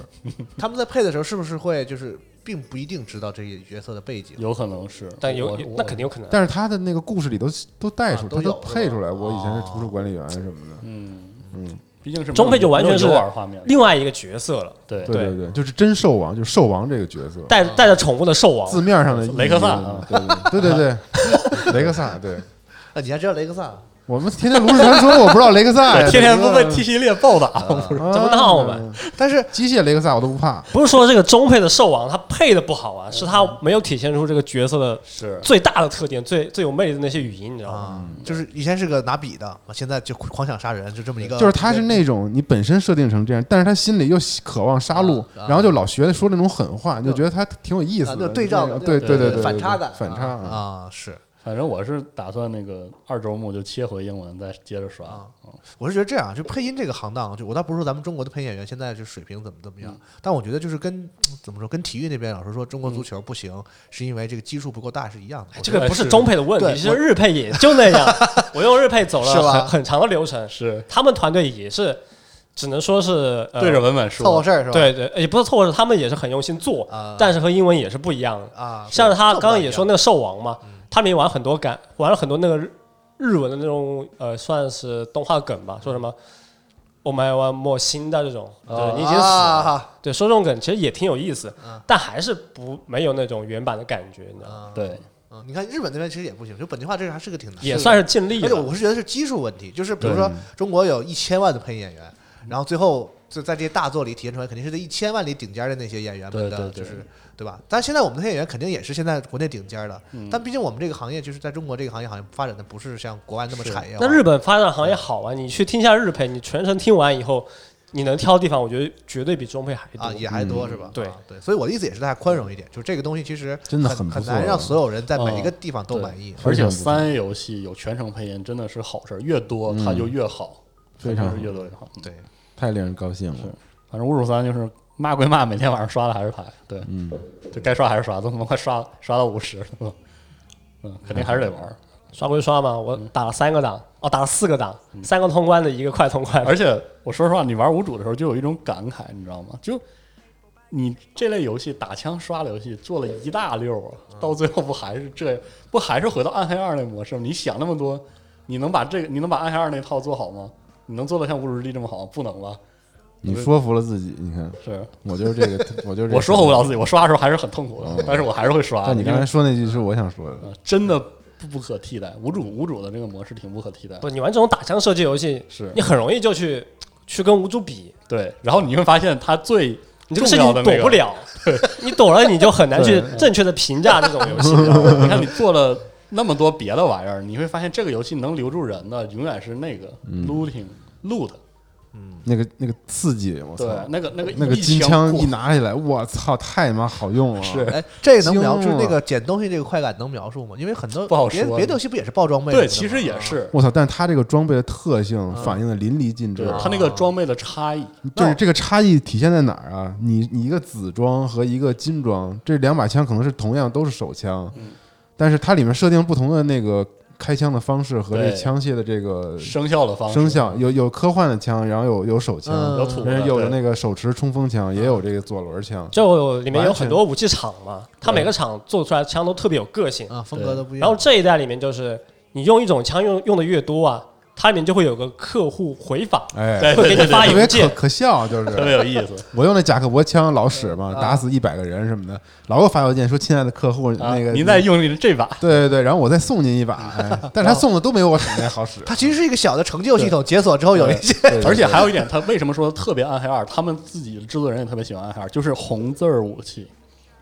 他们在配的时候是不是会就是并不一定知道这些角色的背景？
有可能是，
但有
我
那肯定有可能。
但是他的那个故事里都都带出，
啊
他
都
都
有是吧啊
配出来。我以前是
哦
图书管理员什么的，
嗯
嗯，
毕竟是没有
中配就完全是
没有游玩画面，啊
另外一个角色了，
对
对对对，就是真兽王，就是兽王这个角色，
带带着宠物的兽王，
字面上的意义
雷克萨
嘛对对对对，雷克萨，对
啊，你还知道雷克萨？
我们天天炉石传说，我不知道雷克萨呀，
天天
这
不
个
被 T 系列暴打，
啊
不是
<laughs> 怎么闹
嗯
嘛？
但是
机械雷克萨我都不怕，
不是说这个中配的兽王他配的不好啊，是他没有体现出这个角色的
是
最大的特点，最最有魅力的那些语音，你知道吗？
啊，
嗯
就是以前是个拿笔的，现在就狂想杀人，就这么一个，
就是他是那种你本身设定成这样，但是他心里又喜渴望杀戮，然后就老学说那种狠话，你就觉得他挺有意思
啊
的
就，对照的
那种对
对
对
对
对，
反差
对
感
反差
啊
啊，
啊是。
反正我是打算那个二周目就切回英文，再接着刷。嗯
我是觉得这样，啊就配音这个行当，啊就我倒不是说咱们中国的配音演员现在就水平怎么怎么样，
嗯
但我觉得就是跟怎么说，跟体育那边老师说中国足球不行，是因为这个基数不够大是一样的。
嗯哎这
我觉
个不是
是
中配的问
对
题，是日配也就那样。我用日配走
是
了
吧
很很长的流程，
是
他们团队也是，只能说是呃
对着文本
得凑
说，
合事儿是吧？
对对，也不是凑合，他们也是很用心做
啊，
但是和英文也是不一样的。
啊，
像是
这
他
么啊
刚刚
大
也
一嗯
说
样
那个兽王嘛，他里面玩很多感，玩了很多那个日日文的那种呃，算是动画梗
嗯
吧，说什么“我们玩莫新的”这种，对，你已经死了，
哦啊嗯
对，说这种梗其实也挺有意思，但还是不没有那种原版的感觉，你知道吗？
对，
嗯你看日本那边其实也不行，就本地化这个还是个挺难，
也算是尽力
而且
了
我。是觉得是基数问题，就是比如说中国有一千万的配音演员，然后最后就在这些大作里体现出来，肯定是在一千万里顶尖的那些演员们
对
的，
对
就
对
是对吧？但是现在我们的配音演员肯定也是现在国内顶尖的，
嗯
但毕竟我们这个行业就是在中国这个行业好像发展的不是像国外那么
是
产业化。
那日本发展行业好啊，你去听一下日配，你全程听完以后，你能挑地方，我觉得绝对比中配还
啊，
多。
也还多是
嗯
吧？
对
啊对，所以我的意思也是大家宽容一点，就是这个东西其实
真的很
很
不
很
错
难
的
让所有人在每一个
啊嗯
地方都
对
满意。啊
而
非常
且
不错
三 A 游戏有全程配音真的是好事儿，越多它就越好，
非常
真
好
是越多越好。
对，
太令人高兴了。
反正侮辱三就是骂归骂，每天晚上刷的还是它，对，
嗯，
就该刷还是刷，都他妈快刷刷到五十了，嗯，肯定还是得玩儿。
刷归刷嘛，我
嗯
打了三个档，哦，打了四个档，三个
<laughs>
通关的一个快通关的。
而且我说实话，你玩无主的时候就有一种感慨，你知道吗？就你这类游戏打枪刷的游戏做了一大溜儿，到最后不还是这不还是回到暗黑二那模式吗？你想那么多，你能把这个你能把暗黑二那套做好吗？你能做到像无主之地这么好吗？不能吧？
你说服了自己，你看，
是
我就是这个，我就是这
<laughs>
个
我说服不了自己，我刷的时候还是很痛苦的，
嗯
但是我还是会刷。
但你刚
因
才
为
说那句是我想说的，
呃真的不不可替代，无主无主的这个模式挺不可替代的。
不，你玩这种打枪射击游戏，
是
你很容易就去去跟无主比，
对，然后你会发现它最
你
重
这个事情
要
你
的
躲
那个
不，了，你躲了你就很难去正确的评价这种
<laughs>
游戏。你知道吗
你看你做了那么多别的玩意儿，你会发现这个游戏能留住人的永远是那个
嗯
looting loot，
那个那个刺激，我操
对，，那个那个
那个
一
金枪
过
一拿起来，我操，太他妈好用了，
是
哎，这个能描
惊
述
了
那个捡东西这个快感能描述吗？因为很多
不好
别
说啊
别的游戏不也是爆装备什么
对，
的吗？
其实也是，
我操！但是它这个装备的特性反映的淋漓尽致
嗯
啊
对，它那个装备的差异，
就是这个差异体现在哪儿啊？你你一个紫装和一个金装，这两把枪可能是同样都是手枪，
嗯
但是它里面设定不同的那个开枪的方式和这
对
枪械的这个
生效的方式，
声效，有有科幻的枪，然后有有手枪，
嗯
有土
然
的
后有
对
那个手持冲锋枪，也有这个左轮枪。
就里面有很多武器厂嘛，它每个厂做出来的枪都特别有个性。
啊，风格都不一样。
然后这一代里面就是你用一种枪用用的越多啊，它里面就会有个客户回访，
哎，
对
会
<laughs>
给
对
你
对，
发
特
邮
别可
件。
可笑，就
<laughs> 特
是
别有嗯意思。
我用那贾克伯枪老使嘛，打死一百个人什么的，老给我发邮件说：“亲爱的客户，
啊
那个
您再用力这把，
对对对，然后我再送您一把。
<laughs>
哎”但是他送的都没有我手那好使。
它其实是一个小的成就系统，解锁之后有一些
而且还有一点，他为什么说特别暗黑二？他们自己的制作人也特别喜欢暗黑二，就是红字儿武器。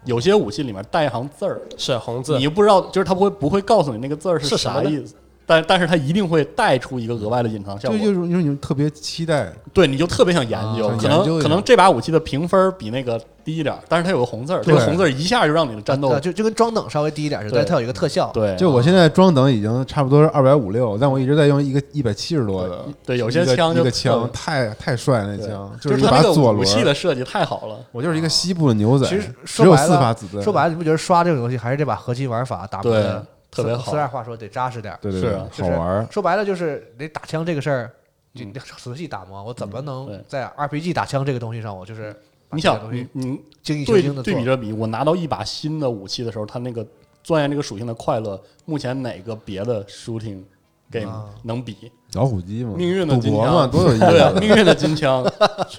有些武器里面带一行字儿，
是红字
你，又不知道，就是他不会不会告诉你那个字儿
是什
啥
么呢
意思，但但是他一定会带出一个额外的隐藏效
就
果。
就是因为你们特别期待，
对，啊你就特别想研究，
啊
可
想研究
能
一下
可能这把武器的评分比那个低一点儿，但是它有个红字儿，这个
对
红字儿一下就让你的
<laughs>
战斗
啊就就跟装等稍微低一点似的，
对
但是它有一个特效。
对
就我现在装等已经差不多是二百五六，但我一直在用一个一百七十多的。
对有些
一个
枪就
一个
特
枪
别
太太帅了，那
对
枪
就是
一
它
把
那个
左
武
轮
器。的设计太好了。
我就是一个西部的牛仔，
其实
只
说
有
白
四
了，
发子弹。
说白了，你不觉得刷这种游戏还是这把核心玩法打磨
对
的
特别
四
好
四二话说得扎实点儿。
对对
是
对
啊，
好玩儿。
说白了就是得打枪这个事儿，就得仔细打磨。我怎么
嗯对
能在 RPG 打枪这个东西上，我就是把
你
这个
想
东
你
西
你
精益求
对
精的做
对比。着比，我拿到一把新的武器的时候，它那个钻研这个属性的快乐，目前哪个别的 shooting game
啊
能比？
老虎机嘛，
命运的
嗯赌
金
博
枪
嘛，多有意
对啊，
思！
命运的金枪，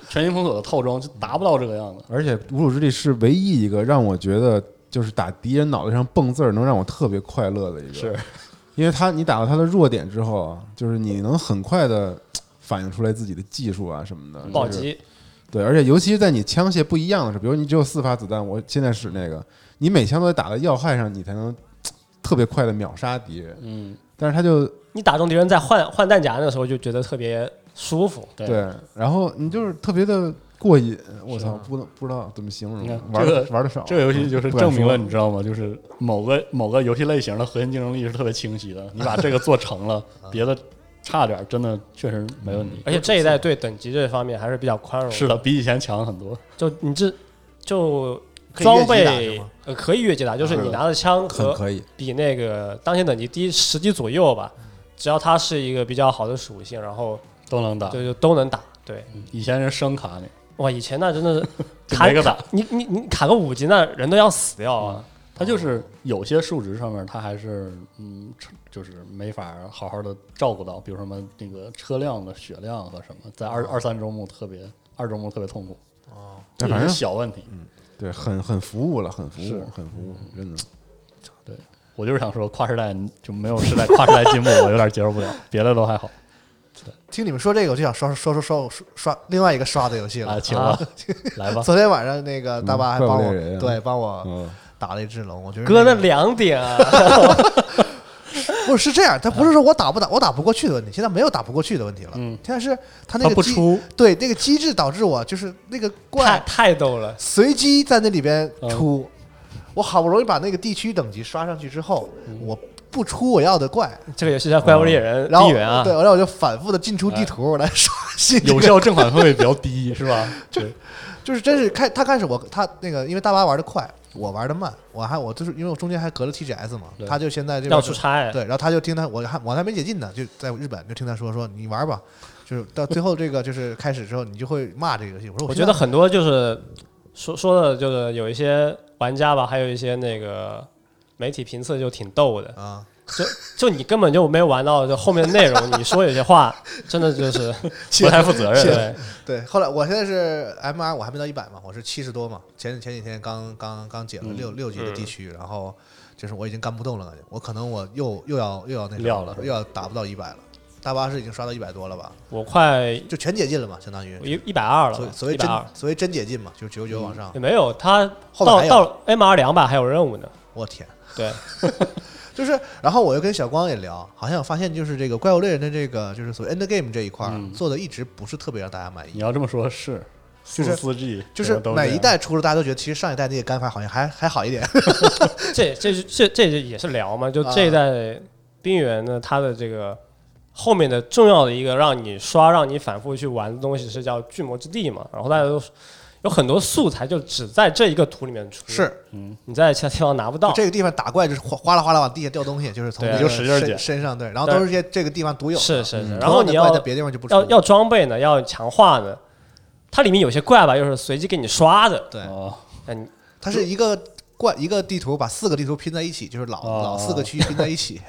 全新封锁的套装就达不到这个样子。
而且《无主之地》是唯一一个让我觉得就是打敌人脑袋上蹦字儿能让我特别快乐的一个，
是
因为他你打到他的弱点之后啊，就是你能很快的反映出来自己的技术啊什么的，
嗯
暴
就是
击，
对，而且尤其是在你枪械不一样的时候，比如你只有四发子弹，我现在使那个，你每枪都得打到要害上，你才能嘖特别快的秒杀敌人。
嗯，
但是他就
你打中敌人在换换弹夹那个时候就觉得特别舒服。
对
对，然后你就是特别的过瘾。我
是
操
啊，
不能不知道怎么形容
你看，
嗯玩
这
的
个
玩的少。嗯
这个游戏就是
不敢
证明
说
了，你知道吗？就是某个某个游戏类型的核心竞争力是特别清晰的。你把这个做成
<laughs>
了，
啊
别的差点儿真的确实没问
嗯
题。
哎
而且这一代对等级这方面还是比较宽容。
<laughs> 是的，，比以前强很多。
就你这就
可以越级
装
打是
备
吗
呃可以越级打，就是你拿的枪
很
和
可以。
比那个当前等级低十级左右吧，只要它是一个比较好的属性，然后
都能打。
就就都能打。对，
以前是声卡你，
哇，以前那真
<laughs>
的是
就
卡
没个打
卡你你你卡个五级，那人都要死掉啊！
嗯
它就是有些数值上面它还是嗯，就是没法好好的照顾到，比如什么那个车辆的血量和什么，在二
啊
二三周目特别二周目特别痛苦，这
但
也
反
是
正
小问题。
对，很很服务了，很服
是
务，很服务，真的。
我就是想说，跨世代就没有时代跨时代进步，我有点接受不了，别的都还好
听你们说这个，我就想刷刷刷刷刷刷另外一个刷的游戏
啊，
了。
请吧，来吧。
昨天晚上那个大巴还帮
怪
我
物猎人啊
对帮我
嗯，
打了一只龙，我觉得
哥，
那
那
个
两
<laughs>
点啊，
不是是这样，他不是说我打不打我打不过去的问题，现在没有打不过去的问题了，
嗯
现在是他那
它
个
不
机
出，
对那个机制导致我就是那个
太
怪
太逗了。
随机在那里边出，我好不容易把那个地区等级刷上去之后，
嗯
我不出我要的怪，
这个游戏叫《怪物猎人：
嗯然
地
后
缘》啊
对，，然后我就反复的进出地图来刷新这个
有效正反馈比
<laughs>
较低，是吧？对，
就是真是开他开始我他那个，因为大巴玩的快，我玩的慢，我还我就是因为我中间还隔了 TGS 嘛
对，
他就现在这边
要
就
出差哎，
对，然后他就听他我还我还没解禁呢，就在日本就听他说说你玩吧，就是到最后这个就是开始之后，你就会骂这个游戏。我说
我
我
觉
现
得
在
很多就是说说的就是有一些玩家吧，还有一些那个媒体评测就挺逗的
啊。
就就你根本就没玩到就后面的内容，你说有些话真的就是不太负责任。
谢谢
对，
对，后来我现在是 M R，我还没到一百嘛，我是七十多嘛。前前几天刚刚刚解了
嗯
六、六级的地区，然后就是我已经干不动了，感觉我可能我又又要又要那什么
撂了是吧
又要达不到一百了。大巴是已经刷到一百多了吧？
我快
就全解禁了嘛，相当于。
一一百二
所
了
以，所谓
一百
真
二嗯
所谓真解禁嘛，就是九九九往上。
也没有，他
后面
到
还有
到 M R 两百还有任务呢。
我天，
对， <laughs>
就是，然后我又跟小光也聊，好像我发现就是这个怪物猎人的这个就是所谓 end game 这一块儿、
嗯
做的一直不是特别让大家满
你
意。
要这么说，是四
就是
四 G，
嗯
就是
都这样
每一代出了，大家都觉得其实上一代那个干法好像还还好一点。
嗯这这这这也是聊嘛，就
啊
这一代冰原呢，它的这个后面的重要的一个让你刷、让你反复去玩的东西是叫巨魔之地嘛，然后大家都有很多素材就只在这一个图里面出，
是，
你在其他地方拿不到。
这个地方打怪就是哗哗啦哗啦往地下掉东西，就是从
对
你
就
使劲儿
身
捡
身上对，然后都是些这个地方独有的。
是是是，
同
然后
样
你
的
要
怪在别的地方就不出
要要装备呢，要强化呢，它里面有些怪吧，又是随机给你刷的，嗯
对，
哦，
那你
它是一个怪一个地图把四个地图拼在一起，就是老
哦
老四个区域拼在一
<laughs>
起，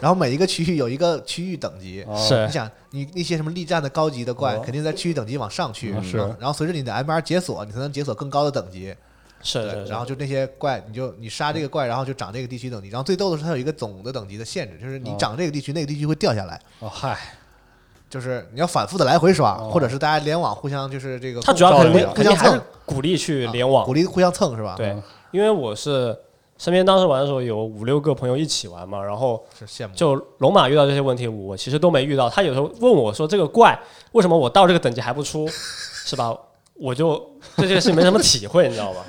然后每一个区域有一个区域等级。
是
你想，你那些什么力战的高级的怪，
哦嗯
肯定在区域等级往上去，
是
然后然后随着你的 MR 解锁，你才能解锁更高的等级。
是
对
是，
然后就那些怪，你就你杀这个怪，然后就涨这个地区等级。然后最逗的是，它有一个总的等级的限制，就是你
哦
涨这个地区，那个地区会掉下来。
哦嗨，
就是你要反复的来回刷，
哦
或者是大家联网互相就是这个
它
互，
主要肯
照
定
亮
互
肯定
相
还是
蹭，
鼓励去
啊
联网
鼓，励互相蹭是吧？，
对
嗯，
因为我是身边当时玩的时候有五六个朋友一起玩嘛，然后
是羡慕。
就龙马遇到这些问题，我其实都没遇到。他有时候问我说这个怪为什么我到这个等级还不出，是吧？我就对这个事情没什么体会，你知道吗？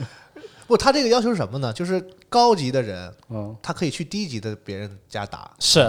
不，他这个要求是什么呢？就是高级的人
嗯，
他可以去低级的别人家打，
是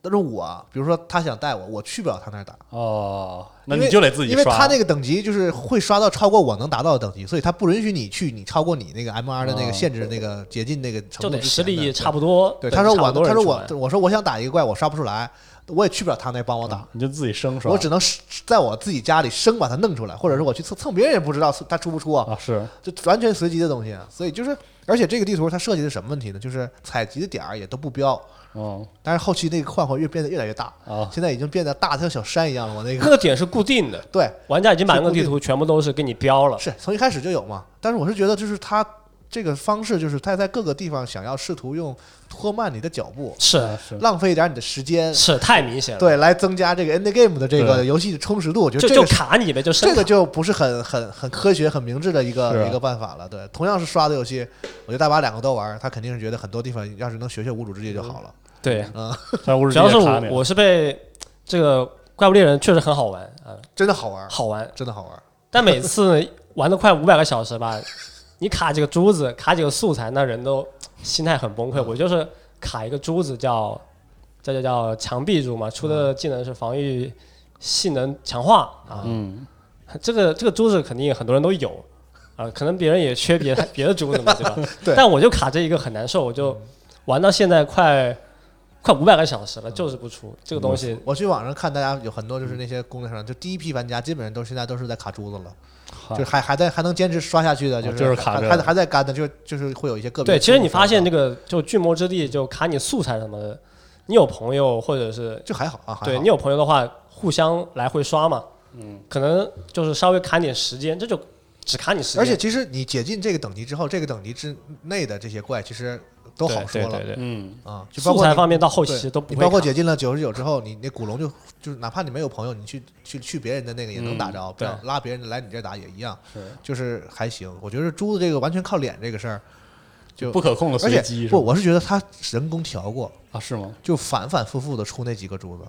但是我比如说他想带我，我去不了他那儿打，
哦，那
因为
你就得自己
因为
刷
他那个等级就是会刷到超过我能达到的等级，所以他不允许你去你超过你那个 MR 的那个
哦
限制那个捷径那个程
就
度之前的，
得实力差
对
不多。
对，他说
差
我
不多
他说
人出
我
来
我说我想打一个怪，我刷不出来，我也去不了他那儿帮我打，
啊
嗯
你就自己生刷，
我只能是在我自己家里生把它弄出来，或者是我去蹭蹭别人也不知道他出不出啊，
啊是
就完全随机的东西啊。所以就是，而且这个地图它设计的什么问题呢？就是采集的点儿也都不标，
哦
但是后期那个换环越变得越来越大，
啊
现在已经变得大得像小山一样了。我那
那
<laughs>
个
个点是固定的，
对，
玩家已经把那个
是固定
地
的
图全部都是给你标了。
是从一开始就有嘛。但是我是觉得，就是它这个方式，就是它在各个地方想要试图用拖慢你的脚步，
是
啊是
浪费一点你的时间，
是太明显了，，
对，来增加这个 end game 的这个
对
游戏的充实度。我觉得
就
这
就
个是。
卡你呗，就
这
生
个
卡。
就不是很 <laughs> 很很科学、很明智的一个、
是啊
一个办法了。对，同样是刷的游戏，我觉得大把两个都玩，他肯定是觉得很多地方要是能学学无主之地就好了。
对，
但我
主要是
卡
我
你了
我是被这个怪物猎人确实很好玩啊，
真的好玩，
好玩，
真的好玩。
但每次玩了快五百个小时吧，你卡几个珠子，卡几个素材，那人都心态很崩溃。我就是卡一个珠子叫叫叫叫墙壁珠嘛，出的技能是防御性能强化啊。
嗯
这个这个珠子肯定很多人都有啊，可能别人也缺别的 <laughs> 别的珠子嘛，对吧？
对
但我就卡这一个很难受，我就玩到现在快快五百个小时了，就是不出这个东西。
我去网上看，大家有很多就是那些攻略上，就第一批玩家基本上都现在都是在卡珠子了，就是还还在还能坚持刷下去的，
哦
就是是卡
还
这
还
个
还在干的，就就是会有一些个别。啊
对，其实你发现这个就巨魔之地就卡你素材什么的，你有朋友或者是
就还好啊，还好
对你有朋友的话，互相来回刷嘛，嗯，可能就是稍微卡点时间，这就只卡你时间，
而且其实你解禁这个等级之后，这个等级之内的这些怪其实都好说
对
了
对对对，
嗯
啊，就包
素
括
材
你
方面到后
对
期都不
你
会
包括
卡
解禁了九十九之后，你那古龙就就是哪怕你没有朋友，你去去去别人的那个也能打着，不
对
要拉别人来你这儿打也一样，
嗯是
就是还行。我觉得珠子这个完全靠脸这个事儿，就
不可控的
而
随
且
机是
不，
吧
我是觉得他人工调过，
啊是吗？
就反反复复的出那几个珠子，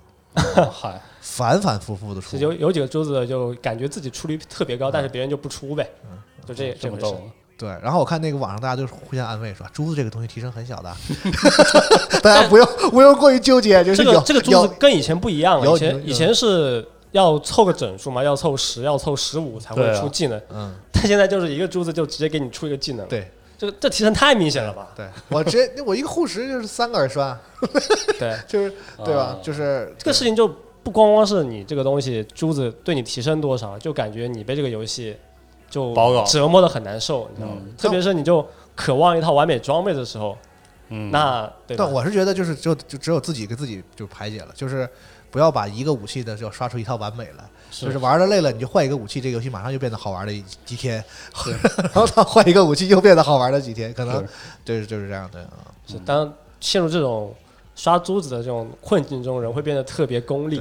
哦嗨，
反反复复的出
是。有有几个珠子就感觉自己出率特别高，但是
嗯
别人就不出呗，就这
这
这
么
回事
逗。啊，
对，然后我看那个网上大家都互相安慰说，珠子这个东西提升很小
<laughs>
的，大家不用不用过于纠结，就是
这
有
个这个珠
有
子跟以前不一样了，
有
以
有
前以前是要凑个整数嘛，要凑十，要凑十五才
对
会
啊
出技能，
嗯，
但现在就是一个珠子就直接给你出一个技能，
对
这个这提升太明显了吧？
对，我直接我一个护石就是三个耳栓，
对，
就是对吧
啊？
就是
这个事情就不光光是你这个东西珠子对你提升多少，就感觉你被这个游戏就
保搞
折磨的很难受，你知道吗？特别是你就渴望一套完美装备的时候，
嗯，
<laughs>
那对吧
但？我是觉得就是只有就只有自己给自己就排解了，就是不要把一个武器的就刷出一套完美来，就是玩的累了你就换一个武器，这个游戏马上就变得好玩了一几天， <laughs> 然后他换一个武器又变得好玩了几天，可能
是
对就是这样的啊，
是当陷入这种刷珠子的这种困境中，人会变得特别功利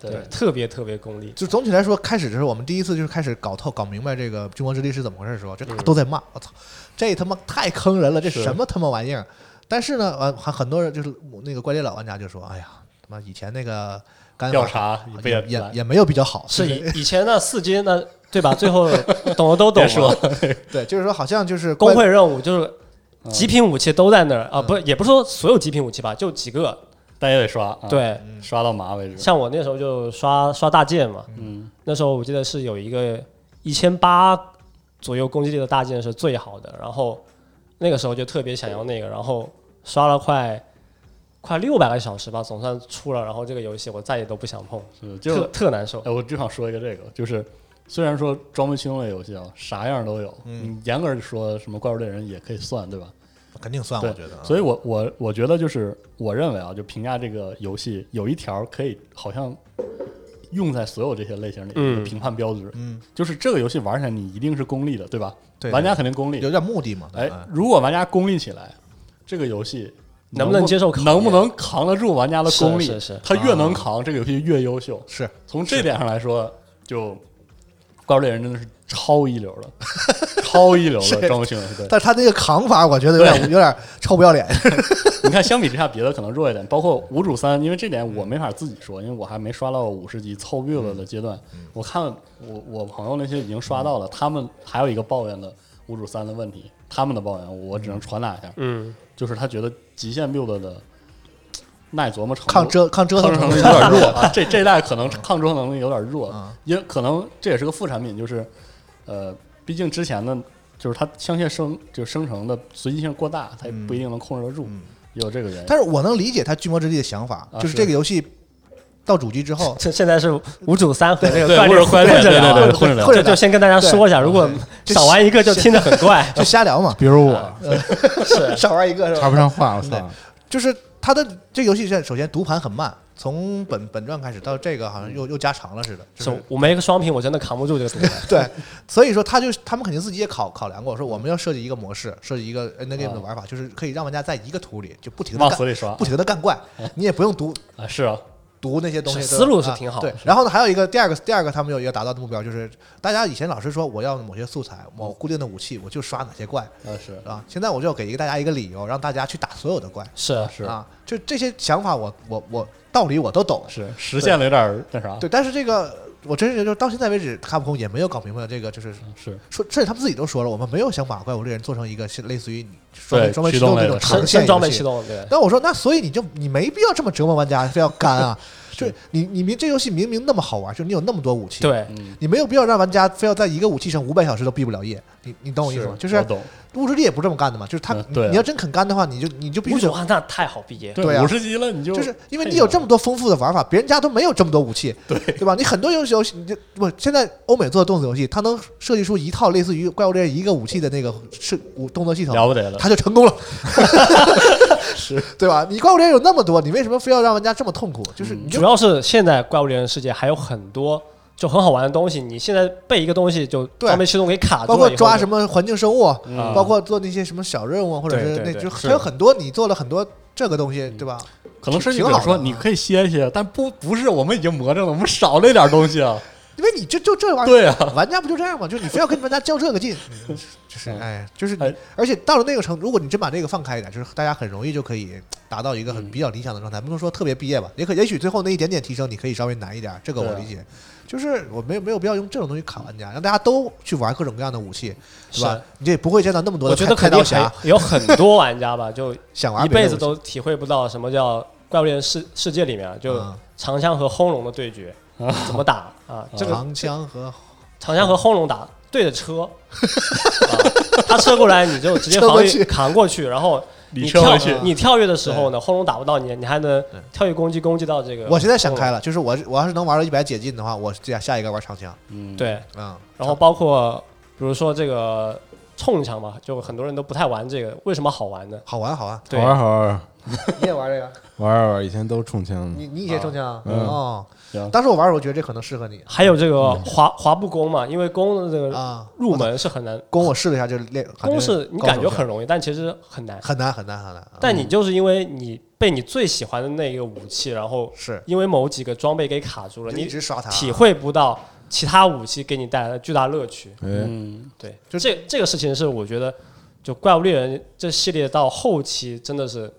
对。。
对，特别特别功利。
就总体来说，开始的时候我们第一次就是开始搞透、搞明白这个《军国之力》是怎么回事的时候，这大家都在骂，我操，这他妈太坑人了，这什么他妈玩意儿？但是呢，呃，还很多人就是那个关键老玩家就说，哎呀，他妈以前那个干法啊
调查不
也
也
也也没有比较好， <laughs>
是
就是
以以前那四阶那对吧？最后懂的都懂
别
了。
说
对，就是说好像就是
工
关
会任务就是极品武器都在那儿啊，不也不是说所有极品武器吧，就几个。
但也得刷，啊，
对，
刷到麻
嗯
为止。
像我那时候就刷刷大剑嘛，
嗯，
那时候我记得是有一个一千八左右攻击力的大剑是最好的，然后那个时候就特别想要那个，然后刷了快快六百个小时吧，总算出了，然后这个游戏我再也都不想碰，
是嗯就
特特难受。
哎，我正好说一个这个，就是虽然说装备轻类游戏啊，啥样都有，
嗯
你严格说什么怪物猎人也可以算，对吧？
肯定算，我
对
觉得啊，
所以我我我觉得就是我认为啊，就评价这个游戏有一条可以好像用在所有这些类型里的一个
嗯
评判标志，
嗯，
就是这个游戏玩起来你一定是功利的，对吧？
对
玩家肯定功利
有。点目的嘛，嗯对
哎
吧，
如果玩家功利起来，这个游戏。
嗯能不能接受考验
能不能扛得住玩家的功力？
是是是
他越能扛，这个游戏越优秀。
是
从这点上来说，就《怪物猎人》真的是超一流的， <laughs> 超一流的装备性游戏。对，
但是他那个扛法，我觉得有点有点臭不
<laughs>
要脸。
你看，相比之下，别的可能弱一点，包括《无主三》，因为这点我没法自己说，因为我还没刷到五十级凑够了的阶段。
嗯
我看我我朋友那些已经刷到了，他们还有一个抱怨的《无主三》的问题，他们的抱怨我只能传达一下，
嗯，
就是他觉得极限 build 的耐琢磨程度
抗折抗折
抗
腾
折能
程
力
度
有点弱啊，这这一代可能抗折腾能力有点弱
嗯，
也可能这也是个副产品，就是呃，毕竟之前的就是它枪械生就是生成的随机性过大，它也
嗯
不一定能控制得住，也有这个原因。
但是我能理解他《军国之力》的想法，
啊
就是
是
这个游戏到主机
<laughs>
之后，
现现在是五主三和这个
对
怪猎
五主三
混着聊，
对对对混着聊
这就先跟大家说一下，如果
就
<laughs> 少玩一个就听着很怪，
<laughs>
就瞎聊嘛，
比如我
少玩一个是
插
吧？
不上话，我操！
就是它的这个游戏现在首先读盘很慢，从本本传开始到这个好像又又加长了似的，就是
是我没个双屏，我真的扛不住这个赌。
<laughs> 对，所以说他就他们肯定自己也考考量过，说我们要设计一个模式，设计一个 end
嗯
game 的玩法，就是可以让玩家在一个图里就不停的
往死里刷
不停的干
<laughs>
怪，你也不用读
啊，是啊，
读那些东西，
是
对吧
思路是挺好
啊
的
对，然后呢，还有一个第二个第二个他们有一个达到的目标，就是大家以前老是说我要某些素材，某固定的武器，我就刷哪些怪
啊是
啊，现在我就要给一个大家一个理由，让大家去打所有的怪
是
是
啊，就这些想法我我我道理我都懂，
是实现了有点儿那啥，
对，但是这个我真是觉得到现在为止，卡普空也没有搞明白这个就是。
是
说，甚至他们自己都说了，我们没有想把怪物猎人做成一个是类似于你装备
对
装备
驱
驱
动
动
类
那
的
种
是
长线
是装备
游戏
驱。动，对，
那我说，那所以你就你没必要这么折磨玩家，非要干
<laughs>
啊！就是你你明这游戏明明那么好玩，就是你有那么多武器，，
对，
你没有必要让玩家非要在一个武器上五百小时都毕不了业。你你懂我意思吗？就是
我
《
懂，
巫之地》也不这么干的嘛，就是他、
嗯
你
对
你要真肯干的话，你就你就必
五
须
主
得
啊，那太好毕业。
对啊
五十级了你就
就是因为你有这么多丰富的玩法，别人家都没有这么多武器，对对吧？你很多游戏游戏，你就不现在欧美做的动作游戏，它能设计出一套类似于《怪物猎人》一个武器的那个是武动作系统，
了不得了
他就成功了，是 <laughs> 对吧？你《怪物猎人》有那么多，你为什么非要让玩家这么痛苦？就是你
主
就
要是现在怪物猎人世界还有很多就很好玩的东西，你现在被一个东西就
对
装备驱动给卡住
包
了以后
括
就，
抓什么环境生物，啊
嗯
包括做那些什么小任务啊，或者
对
是
对
那
对
就是还有很多你做了很多这个东西，对吧？
可能设计
挺
者
好的啊
说你可以歇一歇，但不不是我们已经魔怔了，我们少了一点东西啊，
因为你就就这玩意儿，
对啊，
玩家不就这样吗？就是你非要跟玩家较这个
<laughs>
劲，就是哎，就是你
哎，
而且到了那个程度，如果你真把这个放开一点，就是大家很容易就可以达到一个
嗯
很比较理想的状态，不能说特别毕业吧，也可也许最后那一点点提升，你可以稍微难一点，这个我
对啊
理解。就是我没有没有必要用这种东西卡玩家，让大家都去玩各种各样的武器，是吧
是？
你这也不会见到那么多
我
的
觉
开
得
开
肯定哎
刀侠
还有很多玩家吧，就
<laughs> 想玩
一
别的
辈子
武器
都体会不到什么叫怪物猎人世世界里面啊就
嗯
长枪和轰龙的
<laughs>
对决怎么打啊？这个
长枪和
长枪和轰龙
嗯
打对着车，啊他车过来你就直接
车
防
过 <laughs>
御
去
扛过去，然后
你
你
车
跳
回去
你跳跃的时候呢，轰龙打不到你，你还能跳跃攻击攻击到这个。
我现在想开
了，
了，就是我我要是能玩到一百解禁的话，我下下一个玩长枪，
嗯，
对，
嗯，
然后包括比如说这个冲枪吧，就很多人都不太玩这个，为什么好玩呢？
好玩好玩，
对
好玩好玩
你也玩这个？
玩儿玩儿，以前都冲枪的
你你以前中枪啊？
嗯
哦
行，
当时我玩的时候觉得这可能适合你
还有这个滑滑步弓嘛，因为弓的这个
啊。
入门是很难，
弓我试了一下，就是练
弓是你感觉很
易，
容易，但其实很难。
很难很难很难。啊
但你就是因为你被你最喜欢的那个武器，然后
是
因为某几个装备给卡住了，
嗯就
你
一直刷它，
体会不到其他武器给你带来的巨大乐趣。
哎，
嗯，
对，就这这个事情是我觉得，就怪物猎人这系列到后期真的是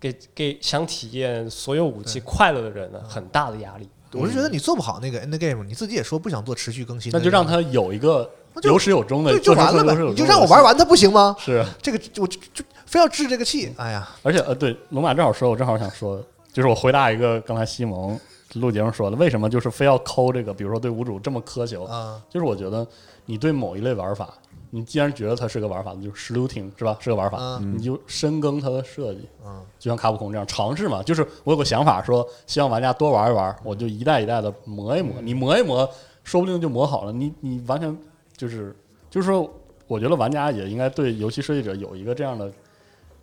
给给想体验所有武器快乐的人
嗯
呢很大的压力。
我是觉得你做不好那个 end game，你自己也说不想做持续更新的
那
个，
就让他有一个
那就
有始有终的，
对就
做成
完了
有
呗
始有，
你
终
就
的
让我玩完它不行吗？
是，
这个我就就非要治这个气，哎呀，
而且呃，对，龙马正好说，我正好想说，就是我回答一个刚才西蒙录节目说的，为什么就是非要抠这个，比如说对无主这么苛求，
啊，
就是我觉得你对某一类玩法，你既然觉得它是个玩法，就是石榴艇是吧，是个玩法，
嗯
你就深耕它的设计，
嗯
就像卡普空这样尝试嘛。就是我有个想法说，希望玩家多玩一玩，我就一代一代的磨一磨，你磨一磨，说不定就磨好了。你你完全就是就是说，我觉得玩家也应该对游戏设计者有一个这样的。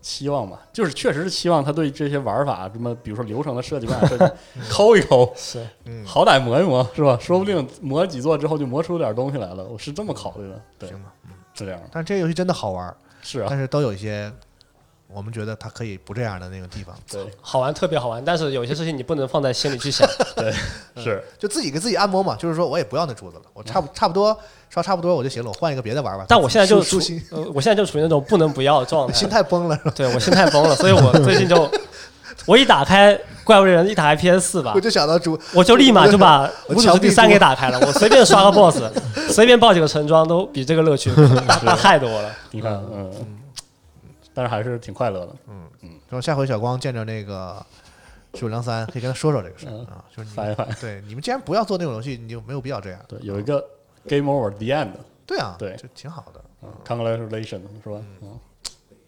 期望吧，就是确实是期望他对这些玩法，什么比如说流程的设计、关卡设计，抠一
<laughs>
抠，
是，
嗯
好歹磨一磨是吧？说不定磨几座之后就磨出点东西来了，我是这么考虑的。对，
行吧。嗯
是这样的，
但这个游戏真的好玩儿，
是啊，
但是都有一些我们觉得它可以不这样的那个地方，
对，
好玩特别好玩，但是有些事情你不能放在心里去想。
是
就自己给自己按摩嘛，就是说我也不要那桌子了，我差不差不多刷差不多我就行了，我换一个别的玩儿吧。
嗯但我现
<laughs>
在就
舒
处
舒心，，
呃我现在就处于那种不能不要的
<laughs>
状态，
心态崩了，是吧
对我心态崩了，所以我最
<laughs>
近就，我一打开怪物猎人，一打开 PS 四吧
我，就想到主
啊我就立马就把
我
《无主之地三》
我
给打开了，我随便刷个 BOSS，随便爆几个橙装都比这个乐趣 <laughs> 大太多了。
你看，嗯，但是还是挺快乐的。
<laughs> 嗯然后下回小光见着那个九零三，可以跟他说说这个事儿
嗯
啊，就是你
翻一
们
翻，
对你们既然不要做那种游戏，你就没有必要这样。
对，有一个 game over the end
对啊，
对
就挺好的。
嗯 congratulation 是吧？